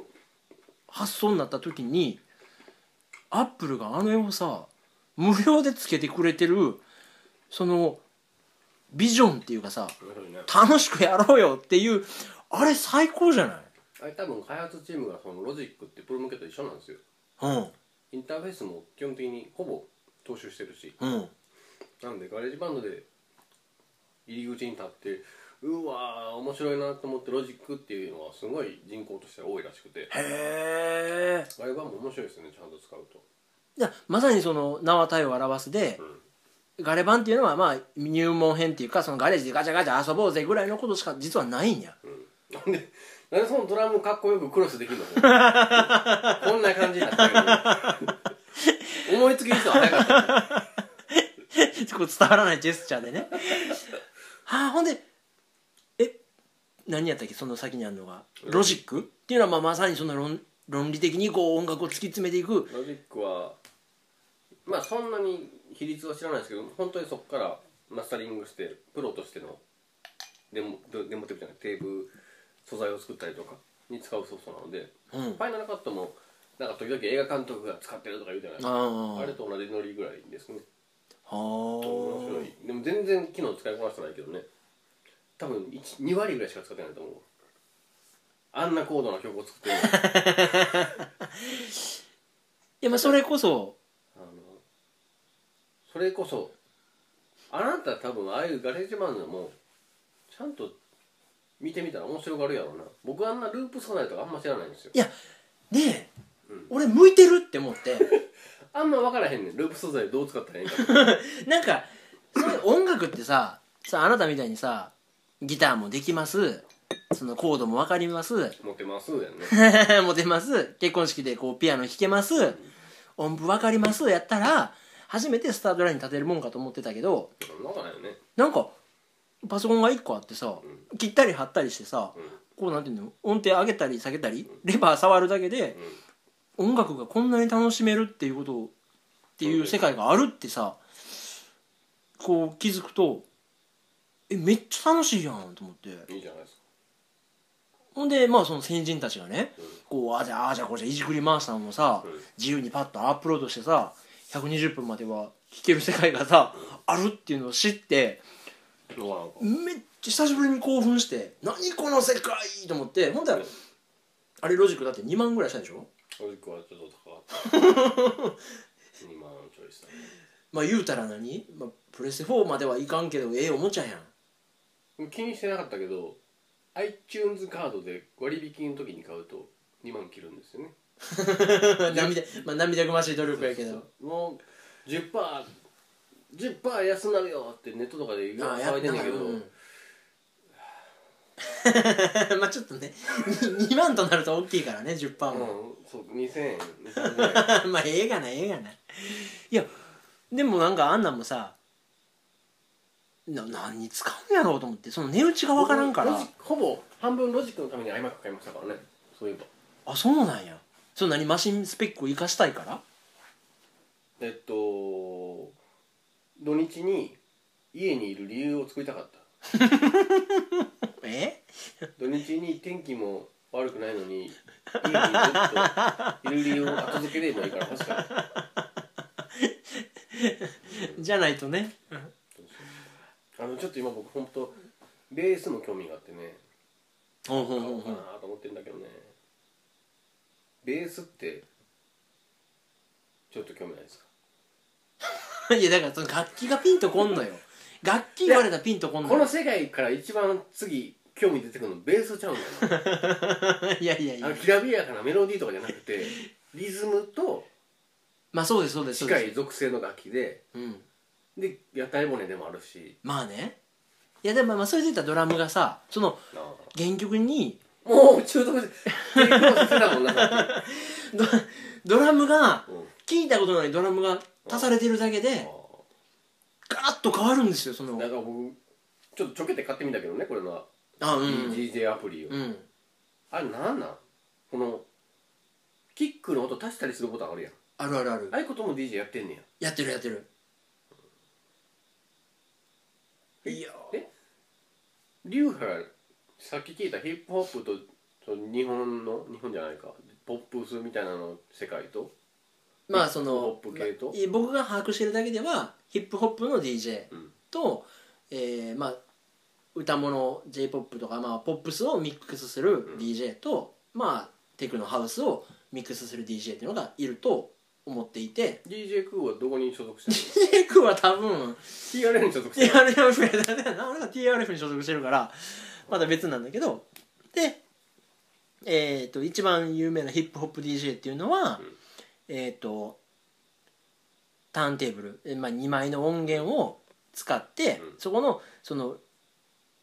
Speaker 2: 発想になった時にアップルがあの絵をさ無料で付けてくれてるそのビジョンっていうかさ
Speaker 1: 面白いね
Speaker 2: 楽しくやろうよっていうあれ最高じゃない
Speaker 1: あれ多分開発チームがそのロジックってプロ向けと一緒なんですよ
Speaker 2: うん
Speaker 1: インターフェースも基本的にほぼ踏襲してるし
Speaker 2: うん
Speaker 1: なんでガレージバンドで入り口に立ってうわー面白いなと思ってロジックっていうのはすごい人口としては多いらしくて
Speaker 2: へえ
Speaker 1: ガレージバンドも面白いですよねちゃんと使うと
Speaker 2: まさにその名は体を表すで
Speaker 1: うん
Speaker 2: ガレ版っていうのはまあ入門編っていうかそのガレージでガチャガチャ遊ぼうぜぐらいのことしか実はないんや
Speaker 1: なんで、なんでそのドラムかっこよくクロスできるのこんな感じになったけど 思いつきにしては早かったね
Speaker 2: こう伝わらないジェスチャー でねはあほんでえ何やったっけその先にあるのがロジックっていうのはまあまさにその論論理的にこう音楽を突き詰めていく
Speaker 1: ロジックはまあそんなに比率は知らないですけど本当にそこからマスタリングしてプロとしてのデモデモテープじゃないテープ素材を作ったりとかに使うソフトなので、
Speaker 2: うん
Speaker 1: ファイナルカットもなんか時々映画監督が使ってるとか言うじゃないですか
Speaker 2: あ
Speaker 1: あれと同じノリぐらいですね
Speaker 2: あは
Speaker 1: 面白いでも全然機能使いこなしてないけどね多分1 2割ぐらいしか使ってないと思うあんな高度な曲を作ってるの
Speaker 2: いやまあそれこそ
Speaker 1: あのそれこそあなた多分ああいうガレージバンドもちゃんと見てみたら面白がるやろうな僕あんなループ素材とかあんま知らないんですよ
Speaker 2: いやねえ、
Speaker 1: うん
Speaker 2: 俺向いてるって思って
Speaker 1: あんま分からへんねんループ素材どう使ったらいいんか
Speaker 2: なんかそういう音楽ってささあなたみたいにさギターもできますそのコードも分かります
Speaker 1: 持てますやんね
Speaker 2: モテます結婚式でこうピアノ弾けます音符わかりますやったら初めてスタートラインに立てるもんかと思ってたけど
Speaker 1: そんなことないよね
Speaker 2: なんかパソコンが1個あってさ
Speaker 1: う
Speaker 2: 切ったり貼ったりしてさ
Speaker 1: うん
Speaker 2: こうなんていうの音程上げたり下げたりレバー触るだけで
Speaker 1: うん
Speaker 2: 音楽がこんなに楽しめるっていうことをっていう世界があるってさこう気づくとえめっちゃ楽しいやんと思って
Speaker 1: いいじゃないですか
Speaker 2: ほんでまあその先人たちがね
Speaker 1: うん
Speaker 2: こうあーじゃああーじゃあこれじゃいじくり回したのもさ、
Speaker 1: うん
Speaker 2: 自由にパッとアップロードしてさ120分までは聴ける世界がさ、あるっていうのを知って
Speaker 1: どうかなんか
Speaker 2: めっちゃ久しぶりに興奮して「何この世界!」と思ってほんだら
Speaker 1: うん
Speaker 2: あれロジックだって2万ぐらいしたでしょ
Speaker 1: ロジックはちょっと高かった 2万ちょいしたね
Speaker 2: まあ言うたら何、まあ、プレステ4まではいかんけどええおもちゃやん
Speaker 1: 気にしてなかったけど iTunes カードで割引の時に買うと2万切るんですよね
Speaker 2: 涙,、まあ、涙ぐましい努力やけど
Speaker 1: もう 10%10% 安なるよってネットとかで言う
Speaker 2: ああや
Speaker 1: 騒
Speaker 2: っ
Speaker 1: いで
Speaker 2: た
Speaker 1: んね
Speaker 2: なん
Speaker 1: けど、
Speaker 2: うんまあちょっとね2万となると大きいからね10パーも、
Speaker 1: うんそう2000円2000 円
Speaker 2: まあええがなええがないやでもなんかあんなんもさな何に使うんやろうと思ってその値打ちが分からんから
Speaker 1: ロジほぼ半分ロジックのために iMac 買いましたからねそういえば
Speaker 2: あそうなんやその何マシンスペックを生かしたいから
Speaker 1: えっと土日に家にいる理由を作りたかった
Speaker 2: え
Speaker 1: 土日に天気も悪くないのに家にずっといる理由を後付けでもいいから欲しかった
Speaker 2: じゃないとね
Speaker 1: あのちょっと今僕本当ベースも興味があってね
Speaker 2: ほうほう
Speaker 1: 買
Speaker 2: ほ
Speaker 1: お
Speaker 2: う
Speaker 1: うか
Speaker 2: ほ
Speaker 1: な
Speaker 2: う
Speaker 1: と思ってんだけどねベースってちょっと興味ないですか
Speaker 2: いやだからその楽器がピンとこんのよ楽器言われたらピンとこんの
Speaker 1: この
Speaker 2: よ
Speaker 1: 世界から一番次興味出てくるのベースちゃうんだよ
Speaker 2: いやいやい
Speaker 1: あの
Speaker 2: や
Speaker 1: きらびやかなメロディーとかじゃなくてリズムと
Speaker 2: まあそうですそうですそう
Speaker 1: 近
Speaker 2: です
Speaker 1: い属性の楽器で
Speaker 2: うん
Speaker 1: で屋台骨でもあるし
Speaker 2: まあねいやでもまあそれで言ったらドラムがさその
Speaker 1: なあ
Speaker 2: 原曲に
Speaker 1: もう中毒で抵抗させたもんなさっ
Speaker 2: ドドラムが
Speaker 1: きうん
Speaker 2: 聞いたことないドラムが足されてるだけでガラッと変わるんですよその
Speaker 1: だから僕ちょっとちょけて買ってみたけどねこれの
Speaker 2: あうん
Speaker 1: DJ アプリを、
Speaker 2: うん
Speaker 1: あれなんなんこのキックの音足したりするボタンあるやん
Speaker 2: あるあるある
Speaker 1: ああいうことも DJ やってんね
Speaker 2: やってるやってるいや
Speaker 1: や流派さっき聞いたヒップホップとその日本の日本じゃないかポップスみたいなの世界と
Speaker 2: まあその
Speaker 1: ヒップホップ系と
Speaker 2: まあい僕が把握してるだけではヒップホップの DJ
Speaker 1: うん
Speaker 2: と、えーまあ歌物 j p o p とか、まあ、ポップスをミックスする DJ と、まあテクノハウスをミックスする DJ っていうのがいると思っていて
Speaker 1: DJ クーはどこに所属してる
Speaker 2: DJ 君は多分
Speaker 1: の ?TRN に所属してる
Speaker 2: TRF だね俺が TRF に所属してるからまた別なんだけどでえっ、と一番有名なヒップホップ DJ っていうのは、
Speaker 1: うん
Speaker 2: えっ、とターンテーブル、えまあ、2枚の音源を使って、
Speaker 1: うん
Speaker 2: そこのその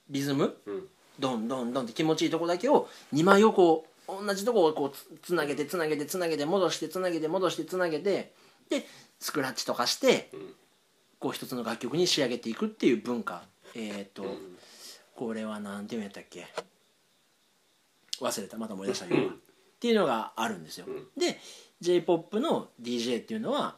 Speaker 2: リズム
Speaker 1: うん
Speaker 2: ドンドンドンって気持ちいいとこだけを2枚をこう同じとこをこうつつなげてつなげてつなげて戻してつなげて戻してつなげてでスクラッチとかして、
Speaker 1: うん
Speaker 2: こう一つの楽曲に仕上げていくっていう文化えっ、と、
Speaker 1: うん
Speaker 2: これは何て言うんやったっけ忘れたまた思い出したけど、
Speaker 1: うん
Speaker 2: っていうのがあるんですよ、
Speaker 1: うん
Speaker 2: で j p o p の DJ っていうのは、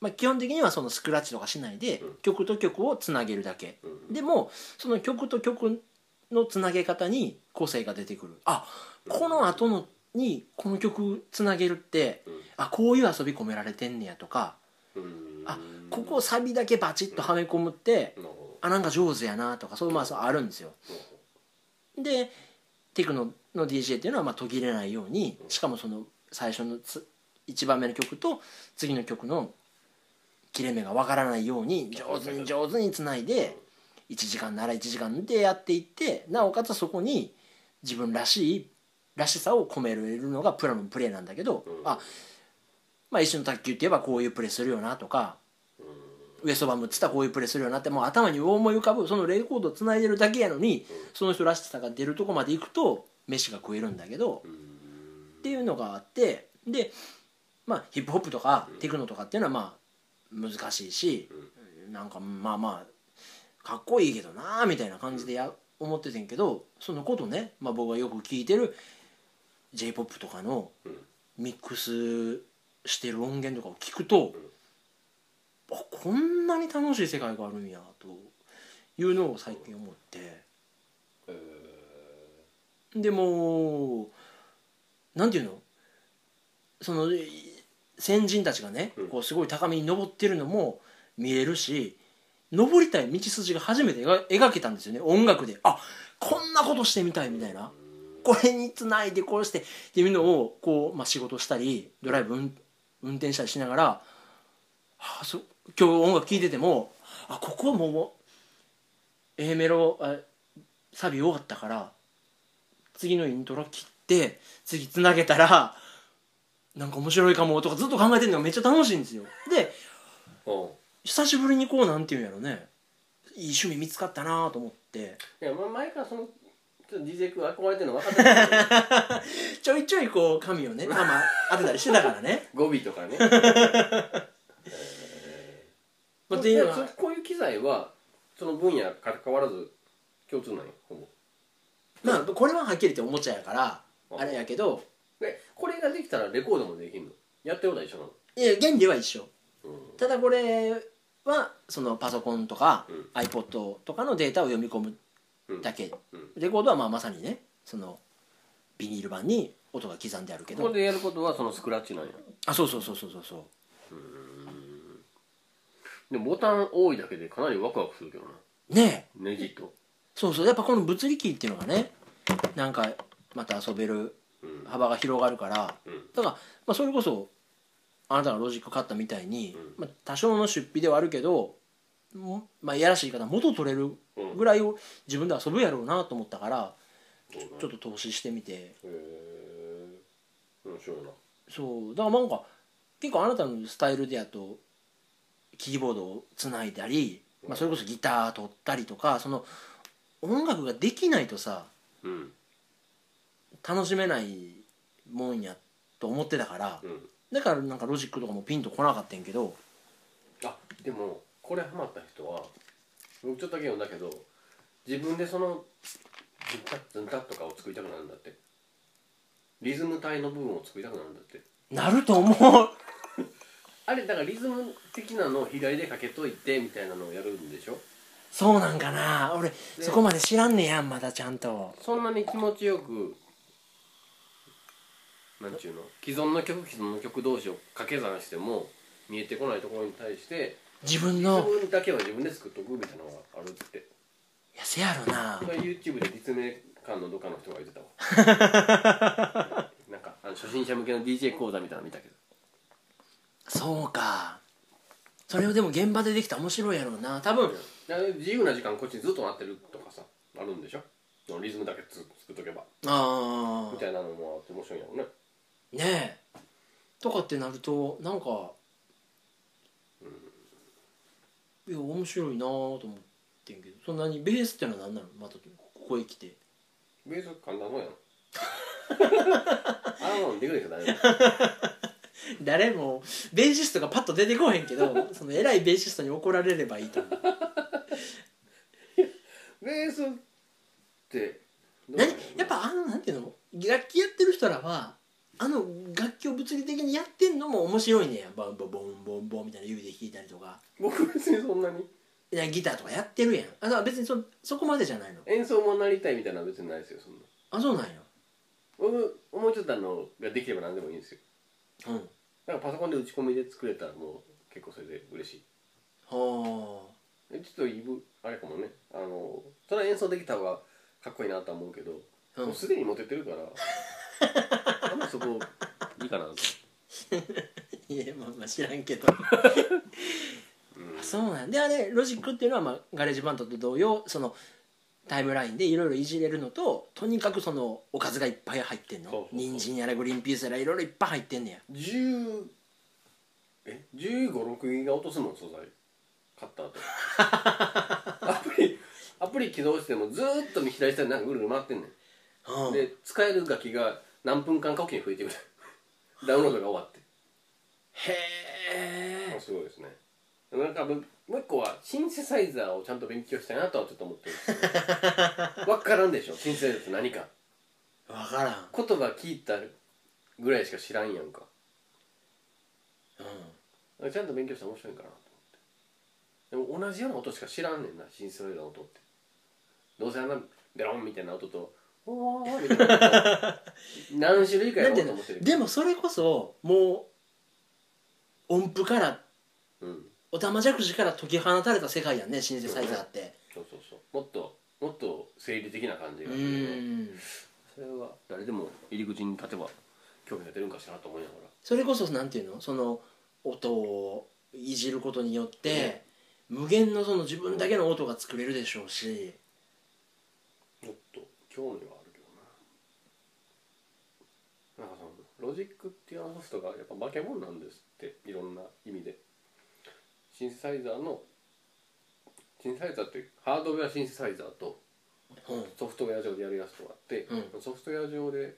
Speaker 2: まあ、基本的にはそのスクラッチとかしないで、
Speaker 1: うん
Speaker 2: 曲と曲をつなげるだけ、
Speaker 1: うん
Speaker 2: でもその曲と曲のつなげ方に個性が出てくるあこの後のにこの曲つなげるって
Speaker 1: うん
Speaker 2: あこういう遊び込められてんねやとか
Speaker 1: うん
Speaker 2: あここサビだけバチッとはめ込むって
Speaker 1: なるほ
Speaker 2: あなんか上手やなとかそういうまあそうあるんですよ
Speaker 1: ど
Speaker 2: でテクノの DJ っていうのはまあ途切れないようにしかもその最初のつ1番目の曲と次の曲の切れ目がわからないように上手に上手につないで1時間なら1時間でやっていってなおかつそこに自分らしいらしさを込めれるのがプロのプレーなんだけど、
Speaker 1: うん
Speaker 2: あまあ一種の卓球って言えばこういうプレーするよなとかウエストバムっつったらこういうプレーするよなってもう頭に思い浮かぶそのレコードをつないでるだけやのに、
Speaker 1: うん
Speaker 2: その人らしさが出るとこまで行くと飯が食えるんだけど、
Speaker 1: うん
Speaker 2: っていうのがあってで、まあ、ヒップホップとかテクノとかっていうのはまあ難しいし、なんかまあまあかっこいいけどなみたいな感じでや、思っててんけどそのことね、まあ、僕がよく聞いてる j p o p とかの
Speaker 1: うん
Speaker 2: ミックスしてる音源とかを聞くと、あこんなに楽しい世界があるんやというのを最近思って。
Speaker 1: えー
Speaker 2: でもうなんていうのそのい先人たちがね、
Speaker 1: うん
Speaker 2: こうすごい高みに登ってるのも見えるし登りたい道筋が初めて描描けたんですよね音楽であこんなことしてみたいみたいなこれにつないでこうしてっていうのをこう、まあ、仕事したりドライブ運運転したりしながら、はあ、そ今日音楽聴いててもあここはもう A メロあサビ終わったから次のイントロ切って次つなげたらなんか面白いかもとかずっと考えてるのがめっちゃ楽しいんですよで
Speaker 1: うん
Speaker 2: 久しぶりにこうなんていうんやろねいい趣味見つかったなと思って
Speaker 1: いやまあ前からそのちょっと DJ 君憧れてるの分かってたけど
Speaker 2: ちょいちょいこう髪をね頭 当てたりしてたから ね
Speaker 1: 語尾とかね
Speaker 2: まあって
Speaker 1: で
Speaker 2: いうの
Speaker 1: そ
Speaker 2: は
Speaker 1: こういう機材はその分野か変わらず共通なんよほぼ
Speaker 2: まあこれははっきり言っておもちゃやからあれやけど
Speaker 1: でこれができたらレコードもできるのやってることは一緒なの
Speaker 2: いや原理は一緒
Speaker 1: う
Speaker 2: ただこれはそのパソコンとか
Speaker 1: うん
Speaker 2: iPod とかのデータを読み込む
Speaker 1: んうん
Speaker 2: だけ
Speaker 1: うん
Speaker 2: レコードはまあまさにねそのビニール板に音が刻んであるけ
Speaker 1: ここ
Speaker 2: ど
Speaker 1: でやることはそのスクラッチなんや
Speaker 2: あそうそうそうそうそうそう
Speaker 1: でもボタン多いだけでかなりワクワクするけどな
Speaker 2: ねえ
Speaker 1: ネジと
Speaker 2: そうそうやっぱこの物理キーっていうのがねなんかまた遊べる
Speaker 1: うん
Speaker 2: 幅が広がるから
Speaker 1: うん
Speaker 2: だから、まあ、それこそあなたがロジック買ったみたいに、
Speaker 1: う
Speaker 2: まあ、多少の出費ではあるけど、もまあ、いやらしい言い方元取れる
Speaker 1: うん
Speaker 2: ぐらいを自分で遊ぶやろうなと思ったから
Speaker 1: ち
Speaker 2: ちょ
Speaker 1: ょ
Speaker 2: っと投資してみて
Speaker 1: へえ面白いな
Speaker 2: そうだからなんか結構あなたのスタイルでやとキーボードをつないだり、まあ、それこそギター取ったりとかその音楽ができないとさ
Speaker 1: うん
Speaker 2: 楽しめないもんやと思ってたから
Speaker 1: うん
Speaker 2: だからなんかロジックとかもピンとこなかったんやけど
Speaker 1: あでもこれハマった人は僕ちょっとだけ読んだけど自分でそのズンタッズンタッとかを作りたくなるんだってリズム体の部分を作りたくなるんだって
Speaker 2: なると思う
Speaker 1: あれだからリズム的なのを左でかけといてみたいなのをやるんでしょ
Speaker 2: そうなんかな俺そこまで知らんねやんまだちゃんと
Speaker 1: そんなに気持ちよくなんちゅうの既存の曲既存の曲同士を掛け算しても見えてこないところに対して
Speaker 2: 自分
Speaker 1: 自
Speaker 2: の
Speaker 1: 分だけは自分で作っとくみたいなのがあるって
Speaker 2: いやせやろな
Speaker 1: それ YouTube で立命館のどっかの人が言ってたわ なんかあの初心者向けの DJ 講座みたいなの見たけど
Speaker 2: そうかそれをでも現場でできたら面白いやろうな多分
Speaker 1: だから自由な時間こっちにずっとなってるとかさあるんでしょそのリズムだけつ作っとけば
Speaker 2: あ
Speaker 1: みたいなのもあって面白いんやろうね
Speaker 2: あねえとかってなるとなんかいや面白いなと思ってんけどそんなにベースってのは何なのまたここへ来て
Speaker 1: ベース簡単そうや んあんなもんできるでしょ大丈
Speaker 2: 誰もベーシストがパッと出てこへんけ どその偉いベーシストに怒られればいいと思う
Speaker 1: 夫ベースってどう
Speaker 2: 何
Speaker 1: なんろうね
Speaker 2: やっぱあのなんていうの楽器やってる人らはあの楽器を物理的にやってんのも面白いねやボンボンボンボンボンみたいな指で弾いたりとか
Speaker 1: 僕別にそんなに
Speaker 2: いやギターとかやってるやんあだから別にそそこまでじゃないの
Speaker 1: 演奏もなりたいみたいなのは別にないですよそんな
Speaker 2: あそうなんや
Speaker 1: 僕思いついたのができれば何でもいいんですよ
Speaker 2: うんは
Speaker 1: なんかパソコンで打ち込みで作れたらもう結構それで嬉しい
Speaker 2: あ
Speaker 1: えちょっとイブあれかもねあのそれは演奏できた方がかっこいいなとは思うけど、
Speaker 2: うん
Speaker 1: もうすでにモテてるからあんまそこいいかなと
Speaker 2: いやまあまあ知らんけど
Speaker 1: うん
Speaker 2: あそうなんであれロジックっていうのは、まあ、ガレージバンドと同様そのタイムラインでいろいろいじれるのととにかくそのおかずがいっぱい入ってん
Speaker 1: そ
Speaker 2: の
Speaker 1: うそうそう
Speaker 2: 人参やらグリーンピースやらいろいろいっぱい入ってんねや
Speaker 1: 10え1 5 6ギが落とすもん素材買った後アプリアプリ起動してもずーっと左下になんかぐるぐる回ってんね
Speaker 2: うんん
Speaker 1: で使える楽器が何分間かおきに増えてくるダウンロードが終わって
Speaker 2: へえ
Speaker 1: あすごいですねなんかぶもう一個はシンセサイザーをちゃんと勉強したいなとはちょっと思ってるんですけどわからんでしょシンセサイザーって何か
Speaker 2: 分からん
Speaker 1: 言葉聞いたぐらいしか知らんやんか
Speaker 2: う
Speaker 1: ちゃんと勉強したら面白いんかなと思ってでも同じような音しか知らんねんなシンセサイザーの音ってどうせあんなベロンみたいな音とおーみたいな音と何種類か
Speaker 2: ん、
Speaker 1: や
Speaker 2: なんていう
Speaker 1: ろうと
Speaker 2: の
Speaker 1: 思ってる
Speaker 2: でもそれこそもう音符から
Speaker 1: うん
Speaker 2: おたまじゃくじから解き放たれた世界やんねシンセサイザーって
Speaker 1: そうそうそうもっともっと生理的な感じ
Speaker 2: う
Speaker 1: がするよね
Speaker 2: ん
Speaker 1: それは誰でも入り口に立てば興味が出るんかしらと思いながら
Speaker 2: それこそなんていうのその音をいじることによって、無限のその自分だけの音が作れるでしょうし
Speaker 1: もっと興味はあるけどななんかそのロジックっていうあのソフトがやっぱ化け物なんですっていろんな意味でシンセサイザーのシンセサイザーってハードウェアシンセサイザーと
Speaker 2: うんうん
Speaker 1: ソフトウェア上でやるやつとかあって、
Speaker 2: う
Speaker 1: ソフトウェア上で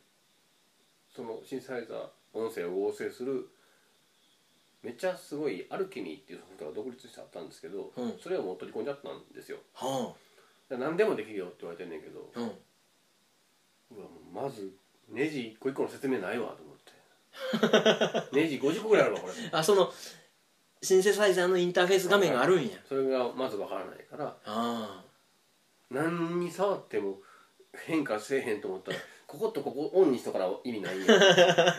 Speaker 1: そのシンセサイザー音声を合成するめっちゃすごいアルケミーっていうソフトが独立してあったんですけど、
Speaker 2: うん
Speaker 1: それをもう取り込んじゃったんですよ
Speaker 2: は
Speaker 1: だから何でもできるよって言われてんねんけど、
Speaker 2: あうん
Speaker 1: うわもうまずネジ一個一個の説明ないわと思っ てネジ50個ぐらいあるわこれ
Speaker 2: あそのシンセサイザーのインターフェース画面があるんや
Speaker 1: それがまずわからないから
Speaker 2: あ
Speaker 1: 何に触っても変化せえへんと思ったらこことここオンにしとから意味ないやん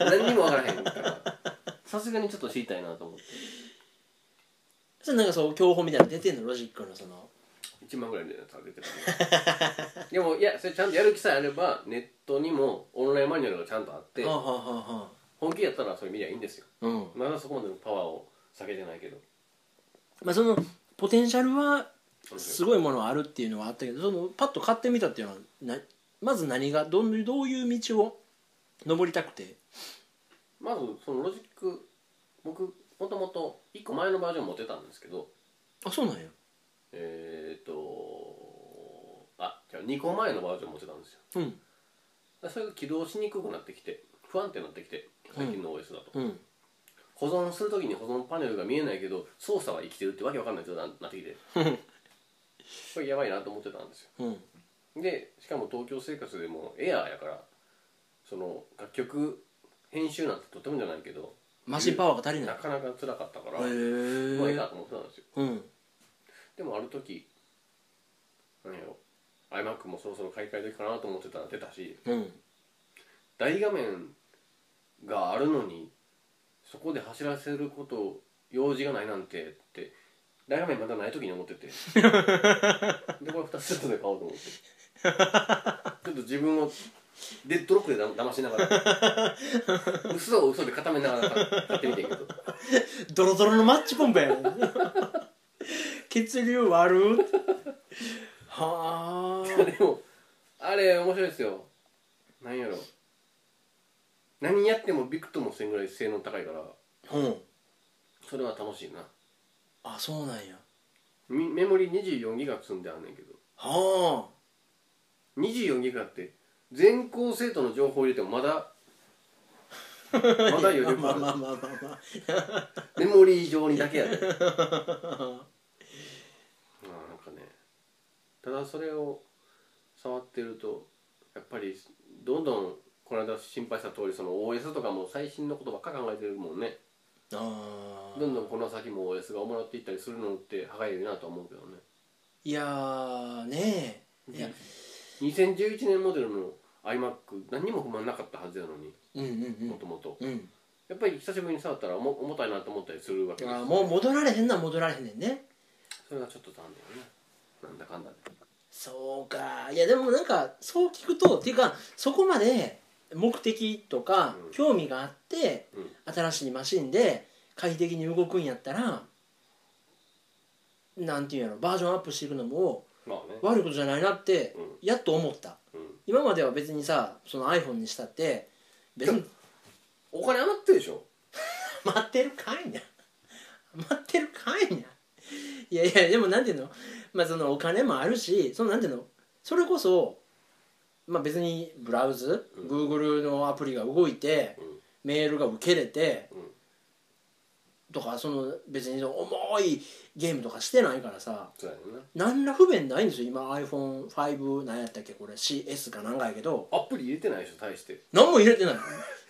Speaker 1: 何にもわからへんからさすがにちょっと知りたいなと思って
Speaker 2: あそれなんかそう競歩みたいなの出てんのロジックのその
Speaker 1: 1万ぐらいのやつは出てたねでもいやそれちゃんとやる気さえあればネットにもオンラインマニュアルがちゃんとあって
Speaker 2: はあはあはあはあ
Speaker 1: 本気やったらそれ見りゃいいんですよ
Speaker 2: うん
Speaker 1: まだそこまでのパワーを避けてないけど
Speaker 2: まあそのポテンシャルはすごいものはあるっていうのはあったけどそのパッと買ってみたっていうのはなまず何がどんどういう道を登りたくて
Speaker 1: まずそのロジック僕もともと1個前のバージョン持ってたんですけど
Speaker 2: あそうなんや
Speaker 1: えーっとあじゃあ2個前のバージョン持ってたんですよ
Speaker 2: うん
Speaker 1: それが起動しにくくなってきて不安定になってきて最近の OS だと、
Speaker 2: うん
Speaker 1: 保存するときに保存パネルが見えないけど操作は生きてるってわけわかんない状態になってきてこれやばいなと思ってたんです
Speaker 2: うん
Speaker 1: よでしかも東京生活でもエアーやからその楽曲編集なんてとてもじゃないけど
Speaker 2: マシンパワーが足りな
Speaker 1: ない
Speaker 2: へ
Speaker 1: かなか辛かったから、もうええな
Speaker 2: え
Speaker 1: と思ってたんですよ
Speaker 2: うん
Speaker 1: でもある時何やろ iMac もそろそろ買い替え時かなと思ってたら出たし
Speaker 2: うん
Speaker 1: 大画面があるのにそこで走らせること用事がないなんてって大画面まだない時に思っててでこれ2つずつで買おうと思ってちょっと自分をデッドロックでだ騙しながら嘘を嘘で固めながら買ってみてんけど
Speaker 2: ドロドロのマッチポンプやん血流悪っはあ
Speaker 1: でもあれ面白いですよなんやろ何やってもビクともせんぐらい性能高いから
Speaker 2: うん
Speaker 1: それは楽しいな
Speaker 2: あそうなんや
Speaker 1: みメモリ24ギガ積んであんねんけど
Speaker 2: はあ
Speaker 1: 24ギガって全校生徒の情報を入れてもまだまだ 余力
Speaker 2: まあま
Speaker 1: あ
Speaker 2: あまあまあまあ
Speaker 1: るメモリ以上にだけ やで、ね、なんかねただそれを触ってるとやっぱりどんどんこの間心配した通りその OS とかも最新のことばっか考えてるもんね
Speaker 2: あ
Speaker 1: どんどんこの先も OS がおもらっていったりするのって歯がゆいなとは思うけどね
Speaker 2: いやーねえいや
Speaker 1: 2011年モデルの iMac 何にも不満なかったはずやのに
Speaker 2: うんうん
Speaker 1: もともと
Speaker 2: うんうん
Speaker 1: やっぱり久しぶりに触ったら重重たいなと思ったりするわけです
Speaker 2: あーもう戻られへんのは戻られへんねんね
Speaker 1: それがちょっと残念よねなんだかんだで
Speaker 2: そうかいやでもなんかそう聞くとっていうかそこまで目的とか
Speaker 1: うん
Speaker 2: 興味があって、新しいマシンで快適に動くんやったらなんていうんやろバージョンアップしていくのも
Speaker 1: まあね
Speaker 2: 悪いことじゃないなって
Speaker 1: うん
Speaker 2: やっと思った
Speaker 1: うん
Speaker 2: 今までは別にさその iPhone にしたって別に
Speaker 1: お金余ってるでしょ
Speaker 2: 待ってるかいな待ってるかいないやいやでもなんていうのまあそのお金もあるしそのなんていうのそれこそまあ別にブラウズ、
Speaker 1: うん
Speaker 2: Google のアプリが動いて
Speaker 1: うん
Speaker 2: メールが受けれて
Speaker 1: うん
Speaker 2: とかその別にその重いゲームとかしてないからさ
Speaker 1: そうやねんな
Speaker 2: 何ら不便ないんですよ今 iPhone5 何やったっけこれ CS か何かやけど
Speaker 1: アプリ入れてないでしょ大して
Speaker 2: 何も入れてない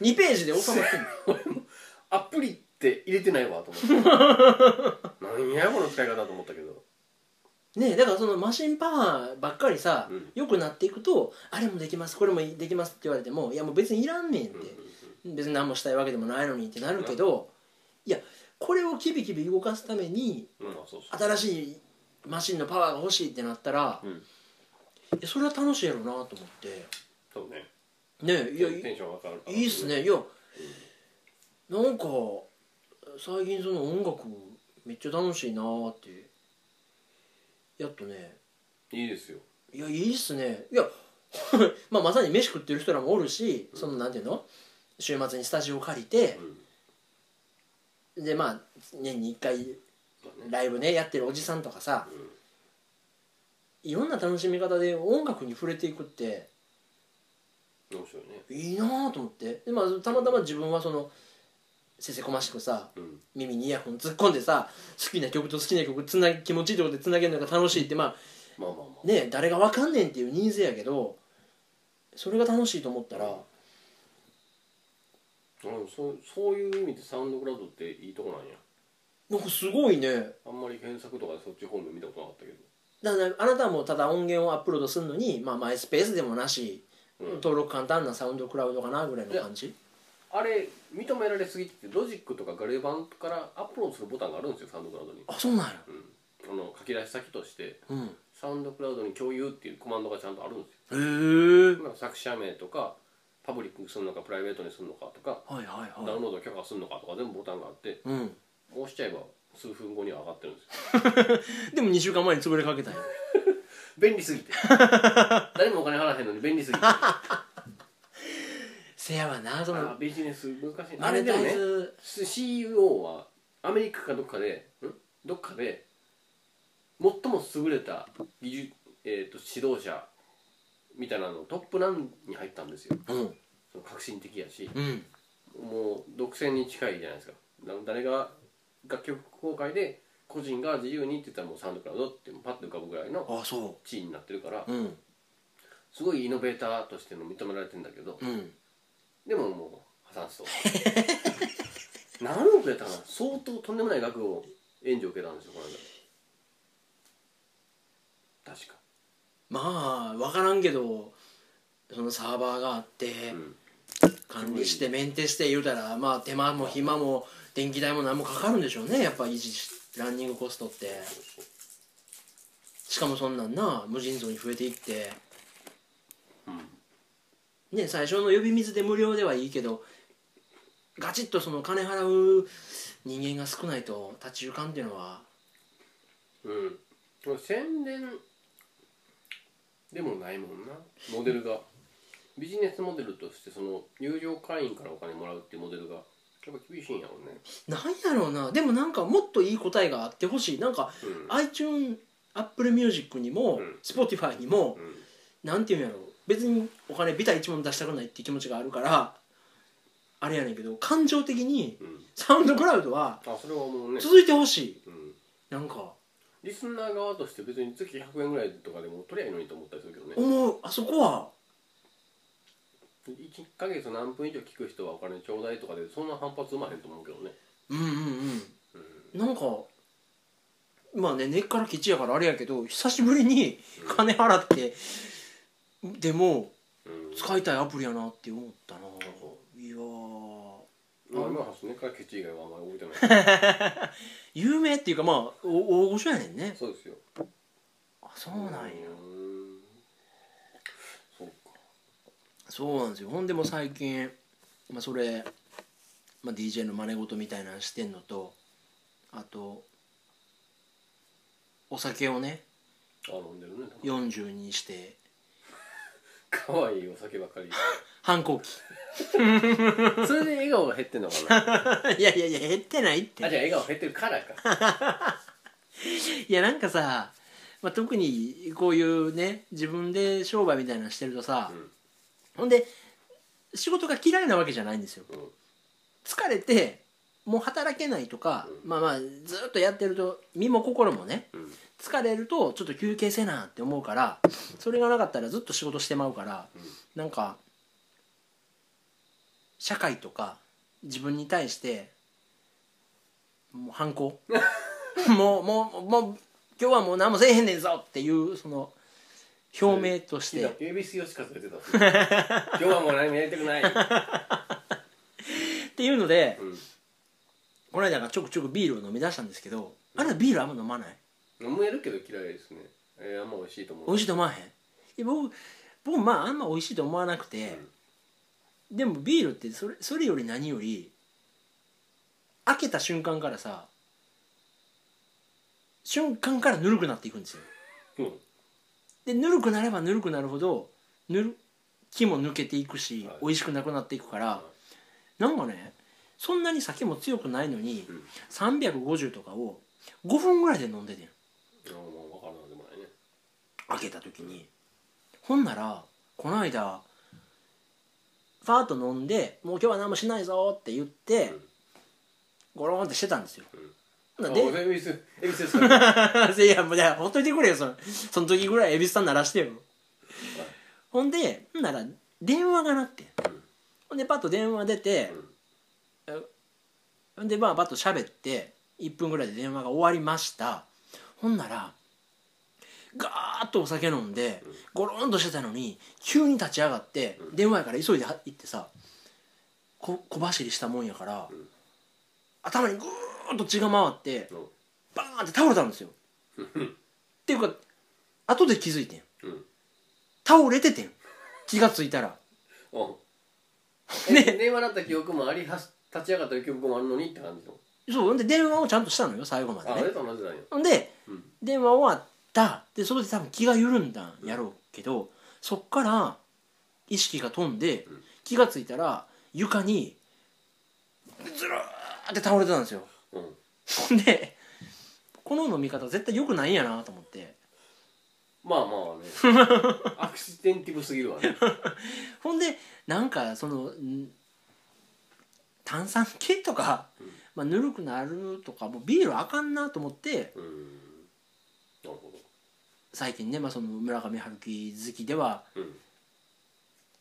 Speaker 2: 2ページで収まってんの
Speaker 1: アプリって入れてないわ と思ってなんやこの使い方と思ったけど
Speaker 2: ねえだからそのマシンパワーばっかりさ、
Speaker 1: うん
Speaker 2: 良くなっていくとあれもできますこれもできますって言われてもいやもう別にいらんねんって
Speaker 1: うん、うん
Speaker 2: 別に何もしたいわけでもないのにってなるけど、いやこれをキビキビ動かすために
Speaker 1: うんまあそうそう
Speaker 2: 新しいマシンのパワーが欲しいってなったら、
Speaker 1: うん
Speaker 2: いやそれは楽しいやろうなと思って
Speaker 1: そうね
Speaker 2: ねえいや
Speaker 1: テンション上がるから
Speaker 2: いいっすねいやなんか最近その音楽めっちゃ楽しいなってやっとね
Speaker 1: いいですよ
Speaker 2: いやいいっすねいや まあまさに飯食ってる人らもおるし、そのなんていうの週末にスタジオを借りて
Speaker 1: う、ん
Speaker 2: でまあ年に1回
Speaker 1: まあね
Speaker 2: ライブねやってるおじさんとかさ、いろんな楽しみ方で音楽に触れていくって
Speaker 1: 面白いね
Speaker 2: いいなぁと思ってで、まあ、たまたま自分はそのせせこましくさ
Speaker 1: うん
Speaker 2: 耳にイヤホン突っ込んでさ好きな曲と好きな曲つな気持ちいいところでつなげるのが楽しいってま
Speaker 1: まあまあま
Speaker 2: あね誰がわかんねんっていうニーズやけどそれが楽しいと思ったら
Speaker 1: あうんそうそういう意味でサウンドクラウドっていいとこなんや
Speaker 2: なんかすごいね
Speaker 1: あんまり検索とかでそっち方面見たことなかったけ
Speaker 2: だからあなたもただ音源をアップロードするのに、まあ、マイスペースでもなし、
Speaker 1: ど、うん、
Speaker 2: 登録簡単なサウンドクラウドかなぐらいの感じ
Speaker 1: あれ認められすぎってロジックとかガレ版からアップロードするボタンがあるんですよサウンドクラウドに、
Speaker 2: あそうなんや
Speaker 1: うん、あの書き出し先として
Speaker 2: うん
Speaker 1: サウンドクラウドに共有っていうコマンドがちゃんとあるんですよ
Speaker 2: へえ
Speaker 1: まあ作者名とかパブリックにするのかプライベートにするのかとか
Speaker 2: はいはい
Speaker 1: ダ
Speaker 2: は
Speaker 1: ウ
Speaker 2: い
Speaker 1: ンロード許可するのかとか全部ボタンがあって
Speaker 2: うん
Speaker 1: 押しちゃえば数分後には上がってるんです よ
Speaker 2: でも2週間前に潰れかけたんや
Speaker 1: 便利す ぎて誰もお金払わへんのに便利すぎてあ
Speaker 2: せやわなその
Speaker 1: ービジネス難しい
Speaker 2: マ
Speaker 1: あ
Speaker 2: ネ
Speaker 1: れで
Speaker 2: タ
Speaker 1: も
Speaker 2: イ
Speaker 1: ね
Speaker 2: ズ
Speaker 1: CEO はアメリカかどっかでんどっかで最も優れた技術、えー、と指導者みたいなのトップなんに入ったんですよ
Speaker 2: うん
Speaker 1: その革新的やし
Speaker 2: うん
Speaker 1: もう独占に近いじゃないですかだ誰が楽曲公開で個人が自由にって言ったらもうサウンドクラウドってパッと浮かぶぐらいの
Speaker 2: あそ
Speaker 1: 地位になってるから
Speaker 2: ううん
Speaker 1: すごいイノベーターとしての認められてんだけど
Speaker 2: うん
Speaker 1: でももう破産しそう 何億やったかな相当とんでもない額を援助を受けたんですよこの間確か
Speaker 2: まあ分からんけどそのサーバーがあって、
Speaker 1: うん
Speaker 2: 管理してメンテして言うたらまあ手間も暇も電気代も何もかかるんでしょうねやっぱ維持しランニングコストってしかもそんなんな無尽蔵に増えていってね最初の呼び水で無料ではいいけどガチッとその金払う人間が少ないと立ち行かんっていうのは
Speaker 1: うんこれ宣伝でもないもんなモデルがビジネスモデルとしてその有料会員からお金もらうっていうモデルがやっぱ厳しいんやろうね
Speaker 2: なんやろうなでもなんかもっといい答えがあってほしいなんか
Speaker 1: うん
Speaker 2: iTunes Apple Music にも
Speaker 1: うん
Speaker 2: Spotify にも
Speaker 1: うん
Speaker 2: なんていうんやろう別にお金ビタ一文出したくないっていう気持ちがあるからあれやねんけど感情的に
Speaker 1: うん
Speaker 2: サウンドクラウドは
Speaker 1: あそれはもうね、
Speaker 2: 続いてほしい
Speaker 1: うん、
Speaker 2: なんか
Speaker 1: リスナー側として別に月100円ぐらいとかでも取りゃいいのにと思ったりするけどね
Speaker 2: 思うあそこは
Speaker 1: 1ヶ月何分以上聞く人はお金ちょうだいとかでそんな反発生まへんと思うけどね
Speaker 2: うんうん
Speaker 1: うん
Speaker 2: うんなんかまあね根っから基地やからあれやけど久しぶりに金払ってでも
Speaker 1: うん
Speaker 2: 使いたいアプリやなって思ったな
Speaker 1: ほ
Speaker 2: いやー
Speaker 1: まあ今はそれからケチ以外はあんまり覚えてない
Speaker 2: 有名っていうかまあお大御所やねんね
Speaker 1: そうですよ
Speaker 2: あそうなんや
Speaker 1: うんそうか
Speaker 2: そうなんですよほんでもう最近、まあ、それ、まあ、DJ の真似事みたいなのしてんのとあとお酒をね
Speaker 1: あ飲んでるね
Speaker 2: 40にして
Speaker 1: かわいいお酒ばっ かり
Speaker 2: 反抗期
Speaker 1: それで笑顔が減ってんのかなあ
Speaker 2: いやいやいや減ってないっ
Speaker 1: じゃあ
Speaker 2: て
Speaker 1: 笑顔減ってるか らか
Speaker 2: いやなんかさ、まあ、特にこういうね自分で商売みたいなのしてるとさ、ほんで仕事が嫌いなわけじゃないんですよ
Speaker 1: うんうん
Speaker 2: 疲れてもう働けないとか、
Speaker 1: うん
Speaker 2: まあまあずっとやってると身も心もね
Speaker 1: うん
Speaker 2: 疲れるとちょっと休憩せなって思うからそれがなかったらずっと仕事してまうからなんか社会とか自分に対してもう反 抗もうもうもう今日はもう何もせえへんねんぞっていうその表明とし
Speaker 1: 昨日
Speaker 2: て
Speaker 1: ABC 吉和が出 てた今日はもう何もやりたくない、う
Speaker 2: っていうので
Speaker 1: ん、
Speaker 2: この間がちょくちょくビールを飲み出したんですけどあれはビールあんま飲まない
Speaker 1: 飲むやるけど嫌いですね、えー、あんま美味しいと思う
Speaker 2: 美味しいと思わへんいや僕僕まああんま美味しいと思わなくて、でもビールってそれそれより何より開けた瞬間からさ瞬間からぬるくなっていくんですよ
Speaker 1: うん
Speaker 2: でぬるくなればぬるくなるほどぬる気も抜けていくし、
Speaker 1: はい
Speaker 2: 美味しくなくなっていくから、なんかねそんなに酒も強くないのに、
Speaker 1: うん
Speaker 2: 350とかを5分ぐらいで飲んでてん
Speaker 1: ああまあ分からんでもないね
Speaker 2: 開けた時にほんならこの間ファーッと飲んで「もう今日は何もしないぞ」って言って
Speaker 1: うん
Speaker 2: ゴロンってしてたんですよ。なん
Speaker 1: お
Speaker 2: で
Speaker 1: 恵比寿恵比寿で すか
Speaker 2: いやもうじゃあほっといてくれよそのその時ぐらい蛭子さん鳴らしてよほんでほんなら電話が鳴ってんほんでパッと電話出てほんでまあパッと喋って1分ぐらいで電話が終わりましたほんならガーッとお酒飲んで
Speaker 1: うん
Speaker 2: ゴロンとしてたのに急に立ち上がって
Speaker 1: うん
Speaker 2: 電話やから急いでは行ってさこ小走りしたもんやから
Speaker 1: うん
Speaker 2: 頭にグーッと血が回って
Speaker 1: お
Speaker 2: バーンって倒れたんですよっていうか後で気づいてん
Speaker 1: うん
Speaker 2: 倒れててん気がついたら
Speaker 1: お
Speaker 2: ね
Speaker 1: え電話だった記憶もありはし立ち上がった記憶もあるのにって感じの
Speaker 2: そうほんで電話をちゃんとしたのよ最後まで
Speaker 1: ああ
Speaker 2: ね
Speaker 1: れと同じなんや
Speaker 2: ほんで
Speaker 1: うん
Speaker 2: 電話終わったでそこで多分気が緩んだんやろうけど、そっから意識が飛んで、
Speaker 1: ん
Speaker 2: 気がついたら床にずらーって倒れてたんですよ
Speaker 1: うん
Speaker 2: ほんでこの飲み方絶対良くないんやなと思って
Speaker 1: まあまあね アクシデンティブすぎるわね
Speaker 2: ほんでなんかそのん炭酸系とか、
Speaker 1: うん
Speaker 2: まあ、ぬるくなるとかもうビールあかんなと思って
Speaker 1: うんなるほ
Speaker 2: 最近ね、まあ、その村上春樹好きでは
Speaker 1: どうん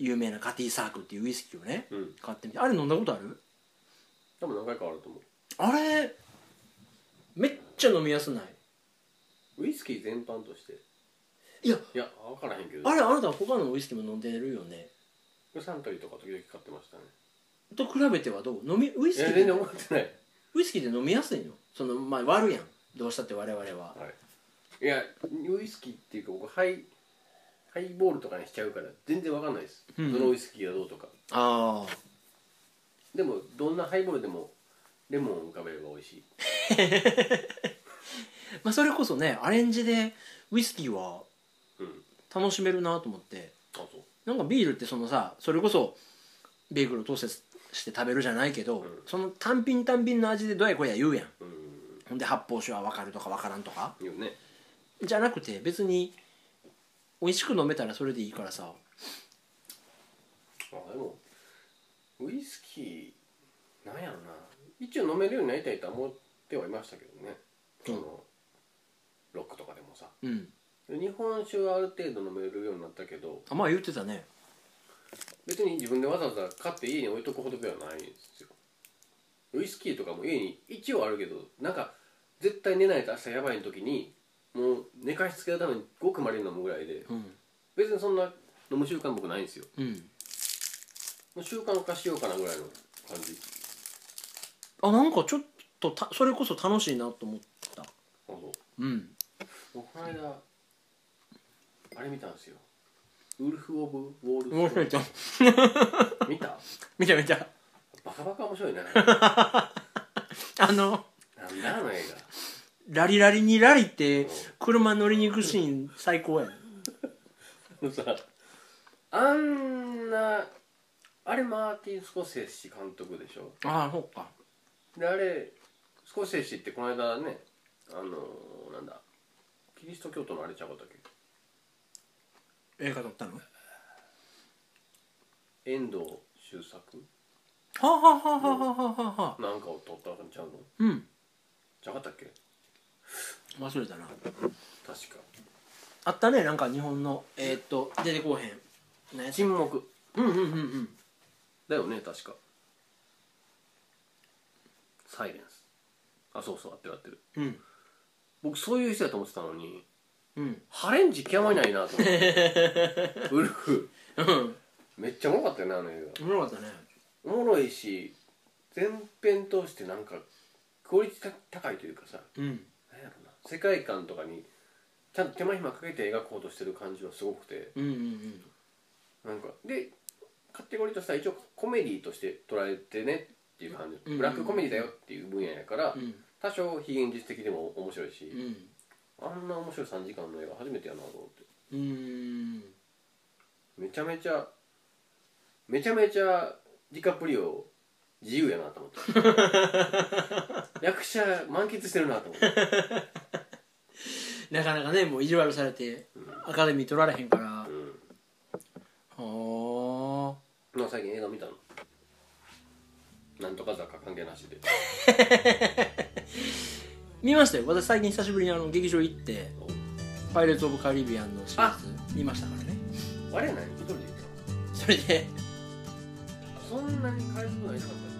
Speaker 2: 有名なカティサークっていうウイスキーをね
Speaker 1: うん
Speaker 2: 買ってみてあれ飲んだことある
Speaker 1: 多分何回かあると思
Speaker 2: あれめっちゃ飲みやすないう
Speaker 1: ウイスキー全般として
Speaker 2: いや
Speaker 1: いや分からへんけど
Speaker 2: あれあなた他のウイスキーも飲んでるよね
Speaker 1: サントリーとか時々買ってましたね
Speaker 2: と比べてはどう飲みウイ
Speaker 1: い
Speaker 2: スキ
Speaker 1: や
Speaker 2: ーで
Speaker 1: 全然思ってない
Speaker 2: ウイスキーで飲みやすいのそのまあ割るやんどうしたって我々は
Speaker 1: はいいやウイスキーっていうか僕ハイハイボールとかにしちゃうから全然わかんないです、
Speaker 2: うんうん
Speaker 1: どのウイスキーがどうとか
Speaker 2: ああ
Speaker 1: でもどんなハイボールでもレモンを浮かべれば美味しい
Speaker 2: まあそれこそねアレンジでウイスキーは
Speaker 1: うん
Speaker 2: 楽しめるなと思って
Speaker 1: あそう
Speaker 2: なんかビールってそのさそれこそベーグルをトーストして食べるじゃないけど、
Speaker 1: うん
Speaker 2: その単品単品の味でどやこや言うやん
Speaker 1: うん
Speaker 2: ほんで発泡酒は分かるとか分からんとか
Speaker 1: いいよね
Speaker 2: じゃなくて別に美味しく飲めたらそれでいいからさ
Speaker 1: あでもウイスキーなんやろな一応飲めるようになりたいとは思ってはいましたけどね、
Speaker 2: うん
Speaker 1: そのロックとかでもさ
Speaker 2: うん
Speaker 1: 日本酒はある程度飲めるようになったけど
Speaker 2: あまあ言ってたね
Speaker 1: 別に自分でわざわざ買って家に置いとくほどではないんですよウイスキーとかも家に一応あるけどなんか絶対寝ないと朝やばい時にもう寝かしつけるためにごくまで飲むぐらいで
Speaker 2: うん
Speaker 1: 別にそんな飲む習慣僕ないんですよ
Speaker 2: うん
Speaker 1: もう習慣化しようかなぐらいの感じ
Speaker 2: あなんかちょっとたそれこそ楽しいなと思った
Speaker 1: あそう
Speaker 2: うん
Speaker 1: 僕この間あれ見たんですよウルフ・オブ・ウォール
Speaker 2: 面白い
Speaker 1: ス
Speaker 2: じ
Speaker 1: ト
Speaker 2: ゃん
Speaker 1: リート見た
Speaker 2: 見た見た
Speaker 1: バカバカ面白い な
Speaker 2: あの
Speaker 1: なんだあの映
Speaker 2: ラリラリにラリって
Speaker 1: うん
Speaker 2: 車乗りに行くシーン最高やん
Speaker 1: 画さあんなあれマーティン・スコセッシ監督でしょ
Speaker 2: ああそうか
Speaker 1: であれスコセッシってこの間ねあのー、なんだキリスト教徒のあれちゃうかったっけ
Speaker 2: 映画撮ったのは
Speaker 1: 遠藤周作
Speaker 2: あはあはあはあはあはあはあ
Speaker 1: なんかを撮ったんちゃうの
Speaker 2: うん
Speaker 1: ちゃうかったっけ
Speaker 2: 忘れたな
Speaker 1: 確か
Speaker 2: あったねなんか日本のえー、っと出てこうへん何やつ
Speaker 1: 沈黙
Speaker 2: うんうんうんうん
Speaker 1: だよね確かサイレンスあそうそう合ってる合ってる
Speaker 2: うん
Speaker 1: 僕そういう人だと思ってたのに
Speaker 2: うん
Speaker 1: ハレンジ極まりないなと思ってウルフ
Speaker 2: うん
Speaker 1: めっちゃおもろかったよねあの映
Speaker 2: 面白かったね
Speaker 1: 画おもろいし前編通してなんかクオリティ高いというかさ
Speaker 2: うん
Speaker 1: なんやろな世界観とかにちゃんと手間暇かけて描こうとしてる感じはすごくて
Speaker 2: うんうんうん
Speaker 1: なんかでカテゴリーとしては一応コメディとして捉えてねっていう感じ、
Speaker 2: うん
Speaker 1: ブラックコメディだよっていう分野やから、
Speaker 2: うん
Speaker 1: 多少非現実的でも面白いし、
Speaker 2: うん
Speaker 1: あんな面白い3時間の映画初めてやなと思って
Speaker 2: うーん
Speaker 1: めちゃめちゃめちゃめちゃディカプリオ自由やなと思って役者満喫してるなと思って
Speaker 2: なかなかねもう意地悪されてアカデミー取られへんから
Speaker 1: う
Speaker 2: ほ
Speaker 1: んな最近映画見たのなんとか坂関係なしで
Speaker 2: ー見ましたよ私最近久しぶりにあの劇場行って「パイレーツ・オブ・カリビアン」のシリーズ見ましたからね
Speaker 1: あれ何一人で行っ
Speaker 2: それで
Speaker 1: たのそんなに回数ないなかった